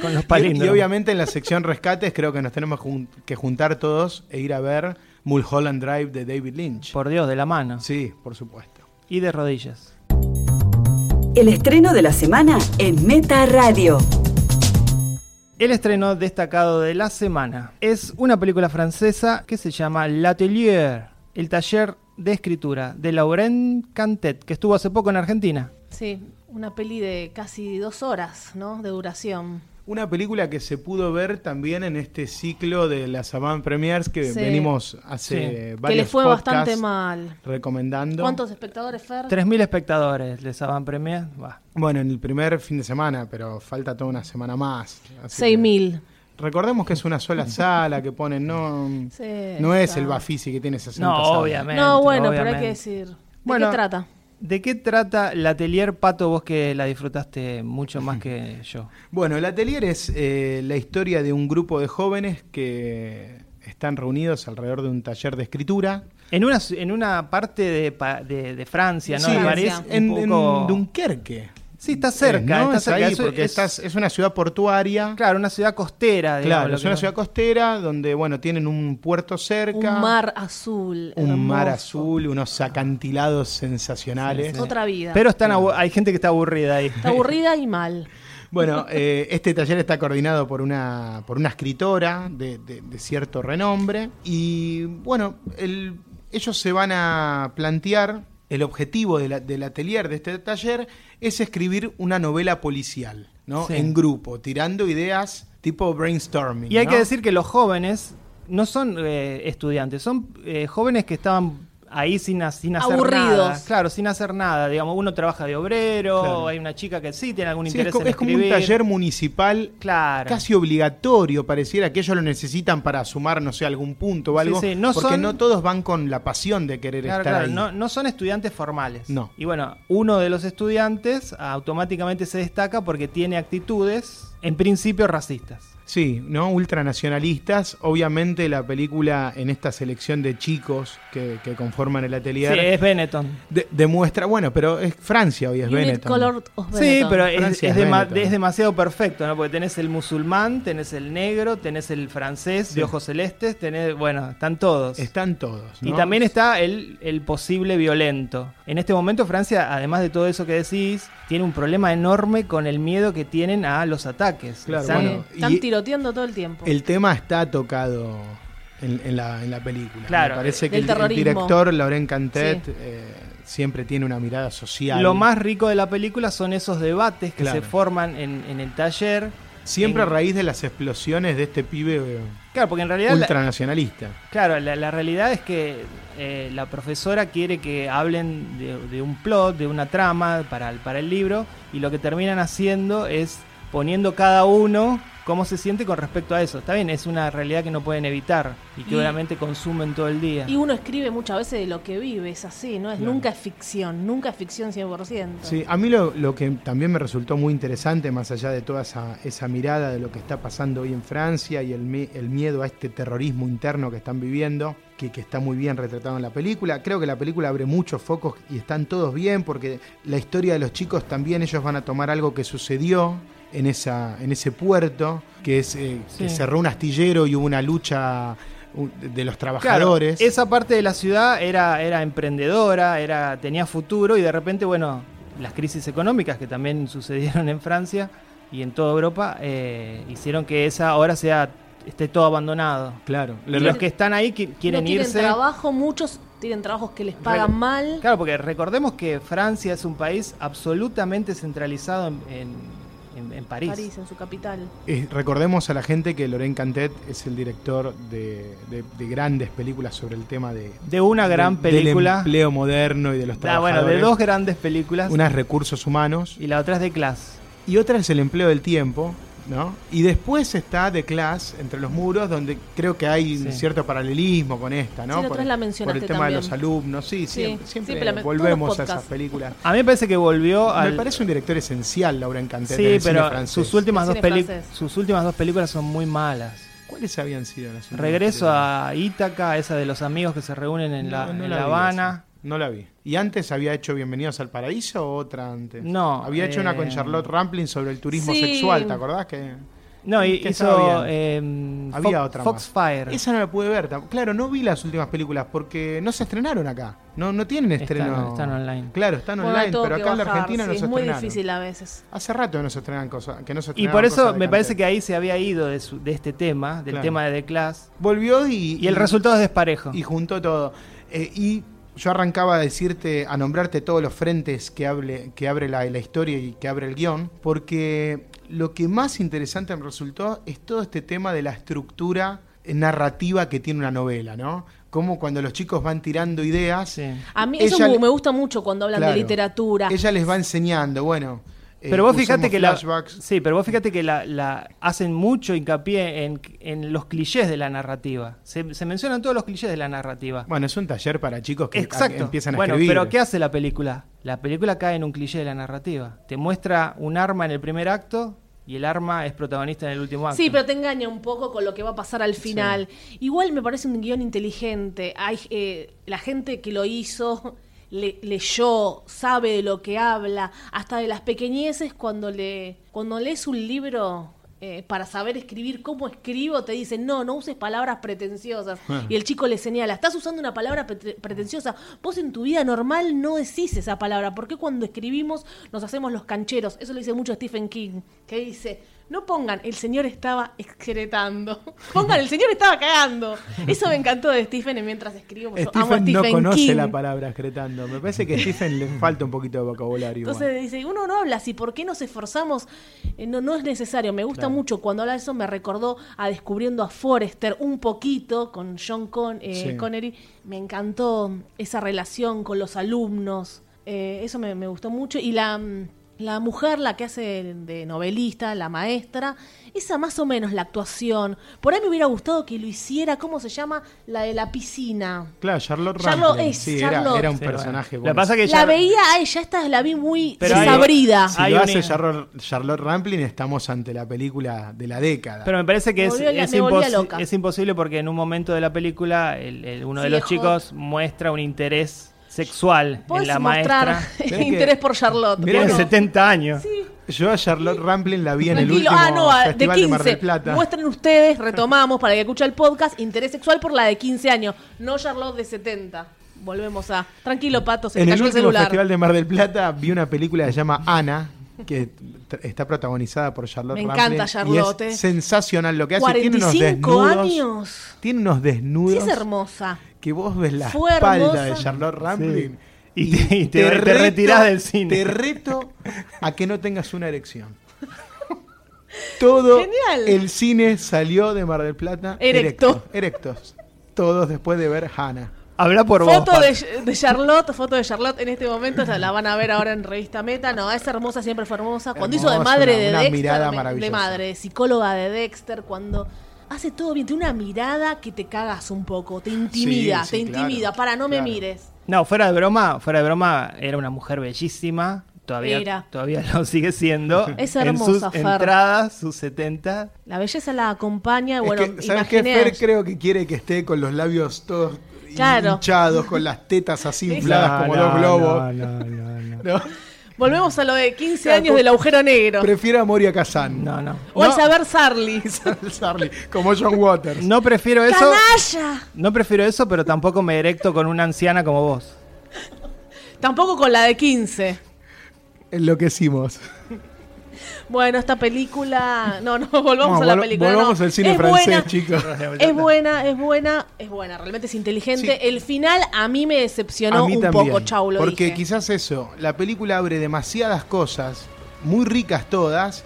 B: Con los
D: Y,
B: palíndromos.
D: y obviamente en la sección rescates creo que nos tenemos jun- que juntar todos e ir a ver Mulholland Drive de David Lynch.
B: Por Dios, de la mano.
D: Sí, por supuesto.
B: Y de rodillas.
A: El estreno de la semana en Meta Radio.
B: El estreno destacado de la semana es una película francesa que se llama L'Atelier, el taller de escritura de Laurent Cantet, que estuvo hace poco en Argentina.
F: Sí, una peli de casi dos horas, ¿no? De duración.
D: Una película que se pudo ver también en este ciclo de las avant premiers que
F: Sí.
D: venimos hace varios
F: que le fue
D: podcasts
F: bastante mal.
D: recomendando.
F: ¿Cuántos espectadores, Fer?
B: 3.000 espectadores les van premier. va.
D: Bueno, en el primer fin de semana, pero falta toda una semana más. Así que-
F: 6.000.
D: Recordemos que es una sola sala que ponen, no,
F: Sí,
D: no es
F: está.
D: el Bafisi que tiene 60
B: No,
D: salas.
B: obviamente.
F: No, bueno, pero hay que
B: obviamente.
F: decir. ¿De
B: Bueno,
F: qué trata?
B: ¿De qué trata el atelier Pato, vos que la disfrutaste mucho más que yo?
D: Bueno, el atelier es eh, la historia de un grupo de jóvenes que están reunidos alrededor de un taller de escritura.
B: En una, ci- en una parte de, pa- de- de Francia, ¿no?
F: Sí,
B: Me
F: Francia.
B: parece
D: en,
B: un
D: en
B: poco-
D: Dunkerque.
B: Sí, está cerca,
D: Eh, ¿no?
B: está
D: Es
B: cerca.
D: ahí,
B: Es-
D: porque
B: es-
D: estás- es una ciudad portuaria.
B: Claro, una ciudad costera. digamos,
D: Claro,
B: lo
D: es
B: que
D: una
B: no-
D: ciudad costera donde, bueno, tienen un puerto cerca.
F: Un mar azul.
D: un mar
F: hermoso.
D: azul, unos acantilados sensacionales.
F: Otra vida.
B: Pero están abu- hay gente que está aburrida ahí.
F: Está aburrida y mal.
D: Bueno, eh, este taller está coordinado por una, por una escritora de, de- de cierto renombre. Y bueno, el- ellos se van a plantear, el objetivo de la- del atelier de este taller es escribir una novela policial, ¿no?
B: Sí.
D: En grupo, tirando ideas tipo brainstorming.
B: Y hay
D: ¿no?
B: que decir que los jóvenes no son eh, estudiantes, son eh, jóvenes que estaban ahí sin, ha- sin hacer
F: Aburridos.
B: nada. Claro, sin hacer nada. Digamos, uno trabaja de obrero,
D: Claro.
B: hay una chica que sí tiene algún
D: Sí, es,
B: interés
D: co-
B: en
D: es como un
B: escribir.
D: taller municipal
B: Claro.
D: casi obligatorio, pareciera que ellos lo necesitan para sumar, no sé, algún punto o
B: Sí,
D: algo.
B: sí, no
D: porque
B: son-
D: no todos van con la pasión de querer
B: Claro,
D: estar
B: claro,
D: ahí.
B: No, no son estudiantes formales.
D: No.
B: Y bueno, uno de los estudiantes automáticamente se destaca porque tiene actitudes, en principio, racistas.
D: Sí, ¿no? Ultranacionalistas. Obviamente la película en esta selección de chicos que, que conforman el
B: Sí,
D: atelier
B: es Benetton.
D: de- demuestra, bueno, pero es Francia hoy es
C: Unit
D: Benetton.
C: Color of
B: Sí,
C: Benetton.
B: pero es,
D: Francia
B: es
D: es
B: dema-
D: Benetton.
B: es demasiado perfecto, ¿no? Porque tenés el musulmán, tenés el negro, tenés el francés
D: Sí.
B: de ojos celestes, tenés, bueno, están todos.
D: Están todos.
B: Y
D: ¿no?
B: también está el, el posible violento. En este momento Francia, además de todo eso que decís, tiene un problema enorme con el miedo que tienen a los ataques.
D: Claro,
B: Están-
D: bueno.
C: Están
D: y-
C: tiroteando todo el tiempo.
D: El tema está tocado en, en la, en la película.
B: Claro,
D: Me parece que
C: del
D: el, el
C: terrorismo.
D: director, Laurent Cantet,
C: Sí.
D: eh, siempre tiene una mirada social.
B: Lo más rico de la película son esos debates que
D: Claro.
B: se forman en, en el taller.
D: Siempre a
B: en-
D: raíz de las explosiones de este pibe eh,
B: Claro, porque en realidad la-
D: ultranacionalista.
B: Claro, la, la realidad es que eh, la profesora quiere que hablen de, de un plot, de una trama para el, para el libro, y lo que terminan haciendo es poniendo cada uno cómo se siente con respecto a eso. Está bien, es una realidad que no pueden evitar y que
C: Y-
B: obviamente consumen todo el día.
C: Y uno escribe muchas veces de lo que vive, es así, ¿no? Es,
D: Claro.
C: Nunca es ficción, nunca es ficción 100%.
D: Sí, a mí lo, lo que también me resultó muy interesante, más allá de toda esa, esa mirada de lo que está pasando hoy en Francia y el, mi- el miedo a este terrorismo interno que están viviendo, que, que está muy bien retratado en la película, creo que la película abre muchos focos y están todos bien porque la historia de los chicos también ellos van a tomar algo que sucedió. En, esa, en ese puerto, que es eh, que
B: Sí.
D: cerró un astillero y hubo una lucha uh, de los
B: Claro,
D: trabajadores.
B: esa parte de la ciudad era, era emprendedora, era, tenía futuro y de repente, bueno, las crisis económicas que también sucedieron en Francia y en toda Europa eh, hicieron que esa ahora sea esté todo abandonado.
D: Claro,
B: Y los que están ahí qui- quieren
C: no tienen
B: irse.
C: trabajo, muchos tienen trabajos que les pagan
B: Re-
C: mal.
B: Claro, porque recordemos que Francia es un país absolutamente centralizado en, en- en- en París.
C: París, en su capital.
D: Eh, recordemos a la gente que Loren Cantet es el director de, de- de grandes películas sobre el tema de
B: De una gran
D: de- del
B: película.
D: empleo moderno y de los
B: Ah, bueno,
D: trabajadores.
B: de dos grandes películas.
D: unas recursos humanos
B: Y la otra es de Class.
D: y otra es el empleo del tiempo, ¿no? Y después está The Class entre los muros donde creo que hay un
B: Sí.
D: cierto paralelismo con esta, ¿no?
C: Sí, la otra vez la
D: por
C: mencionaste
D: el tema
C: también.
D: de los alumnos, sí, siempre, siempre
C: siempre la men-
D: volvemos
C: todos
D: a
C: los
D: esas
C: podcasts.
D: películas.
B: A mí me parece que volvió al.
D: Me parece un director esencial, Laura Cantet en
B: Sí,
D: el cine
B: pero
D: francés.
B: sus últimas, dos
C: El cine
B: peli-
C: francés.
B: sus últimas dos películas son muy malas.
D: ¿Cuáles habían sido las últimas
B: Regreso
D: películas?
B: a Ítaca, esa de los amigos que se reúnen en La,
D: No, no
B: en
D: la
B: La
D: vi
B: Habana.
D: esa. no la vi. ¿Y antes había hecho Bienvenidos al Paraíso o otra antes?
B: No,
D: Había hecho una con
B: eh,
D: Charlotte Rampling sobre el turismo
C: sí.
D: sexual, ¿te acordás? Que...
B: No, y
D: Que
B: hizo
D: estaba
B: eh,
D: Había
B: Fo-
D: otra
B: Foxfire.
D: Esa no la pude ver. tam- Claro, no vi las últimas películas porque no se estrenaron acá. No, no tienen
B: Están-
D: estreno.
B: están online.
D: Claro, están
C: Bueno,
D: online,
C: todo
D: pero
C: que
D: acá en la
C: bajar,
D: Argentina
C: sí,
D: no se
C: Es muy
D: estrenaron.
C: difícil a veces.
D: Hace rato que no se estrenan cosas. Que no
B: Y
D: se estrenaban
B: por eso
D: cosas de
B: me parece que
D: Cantel.
B: ahí se había ido de, su- de este tema, del
D: Claro.
B: tema de The Class.
D: Volvió y.
B: Y el resultado es desparejo.
D: Y juntó todo. Eh, y yo arrancaba a decirte, a nombrarte todos los frentes que, hable, que abre la, la historia y que abre el guión, porque lo que más interesante me resultó es todo este tema de la estructura narrativa que tiene una novela, ¿no? Como cuando los chicos van tirando ideas,
B: Sí.
C: A mí
D: Ella
C: eso me-
D: le-
C: me gusta mucho cuando hablan
D: Claro.
C: de literatura.
D: ella les va enseñando, bueno. eh,
B: Pero vos
D: usamos
B: fíjate que la,
D: flashbacks.
B: sí, pero vos fíjate que la, la- hacen mucho hincapié en, en los clichés de la narrativa. Se, se mencionan todos los clichés de la narrativa.
D: Bueno, es un taller para chicos que a-
B: Exacto.
D: em, empiezan a
B: bueno,
D: escribir.
B: pero ¿qué hace la película? La película cae en un cliché de la narrativa. Te muestra un arma en el primer acto y el arma es protagonista en el último acto.
C: Sí, pero te engaña un poco con lo que va a pasar al final. Igual me parece un guión inteligente. Hay, eh, la gente que lo hizo le- leyó, sabe de lo que habla, hasta de las pequeñeces cuando le cuando lees un libro eh, para saber escribir cómo escribo te dicen no no uses palabras pretenciosas
D: Ah.
C: y el chico le señala estás usando una palabra pre- pretenciosa vos en tu vida normal no decís esa palabra porque cuando escribimos nos hacemos los cancheros eso lo dice mucho Stephen King que dice no pongan, el señor estaba excretando. Pongan, el señor estaba cagando. Eso me encantó de Stephen y mientras escribo. porque yo amo a
D: Stephen no
C: Stephen
D: conoce
C: King.
D: la palabra excretando. Me parece que a Stephen le falta un poquito de vocabulario. igual.
C: Entonces dice, uno no habla así, ¿por qué nos esforzamos? Eh, No, no es necesario. Me gusta
D: Claro.
C: mucho cuando habla de eso, me recordó a Descubriendo a Forrester un poquito con John Con- eh,
D: Sí.
C: Connery. Me encantó esa relación con los alumnos. Eh, eso me, me gustó mucho. Y la, mm, La mujer, la que hace de novelista, la maestra, esa más o menos la actuación. Por ahí me hubiera gustado que lo hiciera, ¿cómo se llama? La de la piscina.
D: Claro, Charlotte
C: Charlotte
D: Rampling.
C: es,
D: sí, era-
C: Charlotte.
D: Era, un
B: Sí,
D: personaje
B: bueno. La pasa que
C: La
B: ya-
C: veía a ella, esta la vi muy
B: Pero
D: hay-
C: desabrida.
D: Si
B: Hay
D: lo
B: un-
D: hace Charlotte, Charlotte Rampling, estamos ante la película de la década.
B: Pero me parece que
C: Me
B: es,
C: volvió la-
B: es
C: me volvía
B: imposi-
C: loca.
B: es imposible porque en un momento de la película el- el- uno de
C: Sí,
B: los
C: es
B: chicos muestra un interés sexual en
C: Puedes
B: la
C: mostrar
B: maestra.
D: Tenés que-
C: interés por Charlotte.
D: Mirá
B: Tiene
D: Bueno.
B: 70 años.
D: Yo a Charlotte Rampling la vi en el
C: Tranquilo.
D: último
C: Ah, no, a- de
D: Festival de, Mar
C: 15.
D: del Plata.
C: Muestren ustedes, retomamos para que escuche el podcast, interés sexual por la de 15 años, no Charlotte de 70. Volvemos a. Tranquilo, pato, se
D: en
C: te
D: el
C: cayó el
D: último
C: celular.
D: Festival de Mar del Plata vi una película que se llama Ana, que tr- está protagonizada por Charlotte
C: Me
D: Rampling,
C: encanta Charlotte. eh.
D: Y es sensacional lo que hace. Tiene unos
C: 45
D: desnudos.
C: años.
D: Tiene unos
C: Sí,
D: desnudos
C: es hermosa.
D: que vos ves la
C: Fue
D: espalda
C: hermosa.
D: de Charlotte Rampling.
B: Sí. Y te- y te- te retirás del cine.
D: Te reto a que no tengas una erección. Todo
C: Genial.
D: el cine salió de Mar del Plata
C: Erecto.
D: erecto, erectos. Todos después de ver Hannah.
B: Habla por vos.
C: Foto
B: Pat.
C: de, de Charlotte, foto de Charlotte en este momento, la, la van a ver ahora en revista Meta. No, es hermosa, siempre fue hermosa. Cuando hizo de
D: Hermosa,
C: madre
D: una-
C: de
D: una
C: Dexter,
D: mirada
C: me- de
D: maravillosa.
C: madre, de psicóloga de Dexter, cuando hace todo bien, tiene una mirada que te cagas un poco, te intimida,
D: sí,
C: te intimida,
D: claro,
C: para no me
D: claro.
C: mires.
B: No, fuera de broma, fuera de broma, era una mujer bellísima. Todavía,
C: Era.
B: todavía lo sigue siendo.
C: Es
B: En sus
C: hermosa, Fer.
B: entradas, sus 70.
C: La belleza la acompaña,
D: Es
C: Ah, bueno,
D: que, ¿Sabes qué? Fer
C: imaginé-
D: creo que quiere que esté con los labios todos
C: Claro.
D: hinchados, con las tetas así infladas como dos globos.
B: No, no, no, no.
D: ¿no?
C: Volvemos a lo de 15
D: Claro,
C: años del agujero negro.
D: Prefiero a Moria Kazan.
B: No, no.
C: o al
D: no.
C: saber Sarli.
D: Sarli, como John Waters.
B: No prefiero eso.
C: ¡Canalla!
B: No prefiero eso, pero tampoco me erecto con una anciana como vos.
C: Tampoco con la de 15.
D: Enloquecimos.
C: Bueno, esta película. No, no, volvamos
D: No,
C: a la
D: vol-
C: película.
D: volvamos
C: no.
D: al cine
C: Es
D: francés,
C: buena,
D: chicos.
C: Es buena, es buena, es buena, realmente es inteligente.
D: Sí.
C: El final a mí me decepcionó
D: a mí
C: un
D: también,
C: poco, chau, lo
D: Porque
C: dije.
D: quizás eso, la película abre demasiadas cosas, muy ricas todas,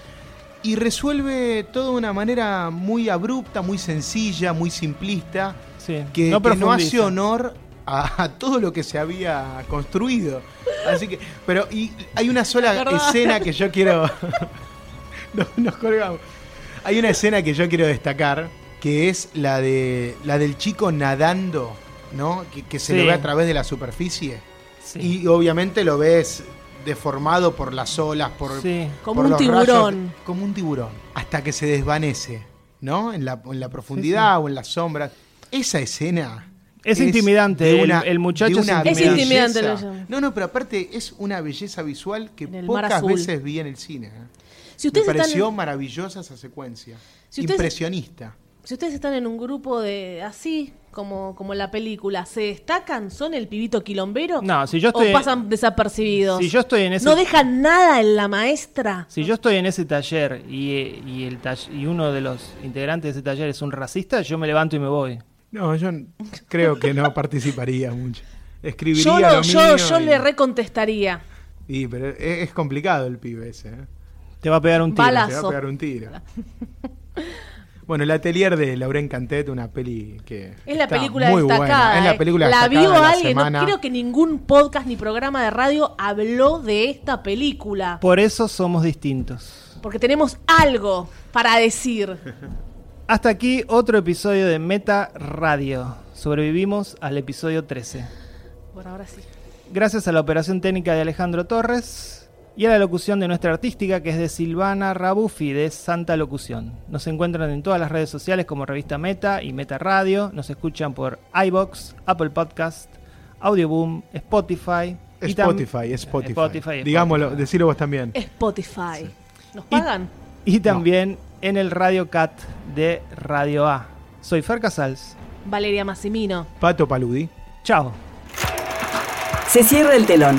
D: y resuelve todo de una manera muy abrupta, muy sencilla, muy simplista,
B: Sí,
D: que que
B: no
D: no, hace
B: profundiza.
D: honor a, a todo lo que se había construido. Así que, pero y hay una sola
C: verdad.
D: escena que yo quiero... nos, nos colgamos. Hay una escena que yo quiero destacar, que es la de la del chico nadando, ¿no? Que, que se
B: Sí.
D: lo ve a través de la superficie.
B: Sí.
D: Y obviamente lo ves deformado por las olas, por,
B: Sí.
C: Como
D: por
C: un
D: los
C: tiburón.
D: rayos, como un tiburón. Hasta que se desvanece, ¿no? En la, en la profundidad o en las sombras. Esa escena.
B: Es intimidante,
D: de
B: el- el muchacho
D: de
B: es
D: una
C: intimidante. Es intimidante,
D: belleza.
C: lo llamo.
D: No, no, pero aparte es una belleza visual que
C: En el mar
D: pocas
C: azul.
D: veces vi en el cine. ¿eh?
C: Si
D: Me
C: ustedes, están,
D: pareció maravillosa esa secuencia.
C: Si ustedes-
D: Impresionista.
C: si ustedes están en un grupo de así, como, como en la película, ¿se destacan? ¿Son el pibito quilombero?
B: No, si yo estoy-
C: ¿O pasan desapercibidos?
B: Si yo estoy en ese-
C: ¿No dejan nada en la maestra?
B: Si yo estoy en ese taller y, eh, y el tall- y uno de los integrantes de ese taller es un racista, yo me levanto y me voy.
D: No, yo n- creo que no participaría mucho. Escribiría
C: Yo, no-
D: lo
C: yo,
D: mío
C: yo
D: y-
C: le recontestaría.
D: y, pero es, es complicado el pibe ese, ¿eh?
B: Te va a pegar un tiro.
C: Bala.
D: Te va
C: Paso.
D: a pegar un tiro. Bueno, el atelier de Lauren Cantet, una peli que
C: Es la
D: está
C: película
D: muy buena.
C: destacada.
D: Es la
C: eh.
D: película
C: La
D: destacada
C: vio
D: de la
C: alguien.
D: semana.
C: No creo que ningún podcast ni programa de radio habló de esta película.
B: Por eso somos distintos.
C: Porque tenemos algo para decir.
B: Hasta aquí otro episodio de Meta Radio. Sobrevivimos al episodio 13.
C: Por ahora sí.
B: Gracias a la operación técnica de Alejandro Torres y a la locución de nuestra artística que es de Silvana Rabufi de Santa Locución. Nos encuentran en todas las redes sociales como Revista Meta y Meta Radio. Nos escuchan por iBox, Apple Podcast, Audioboom, Spotify. y tam-
D: Spotify, Spotify.
B: Spotify,
D: Digámoslo,
B: Spotify.
D: decilo vos también.
C: Spotify. ¿Nos pagan?
B: Y también en el Radio Cat de Radio A. Soy Fer Casals.
C: Valeria Massimino.
D: Pato Paludi.
B: Chao.
A: Se cierra el telón.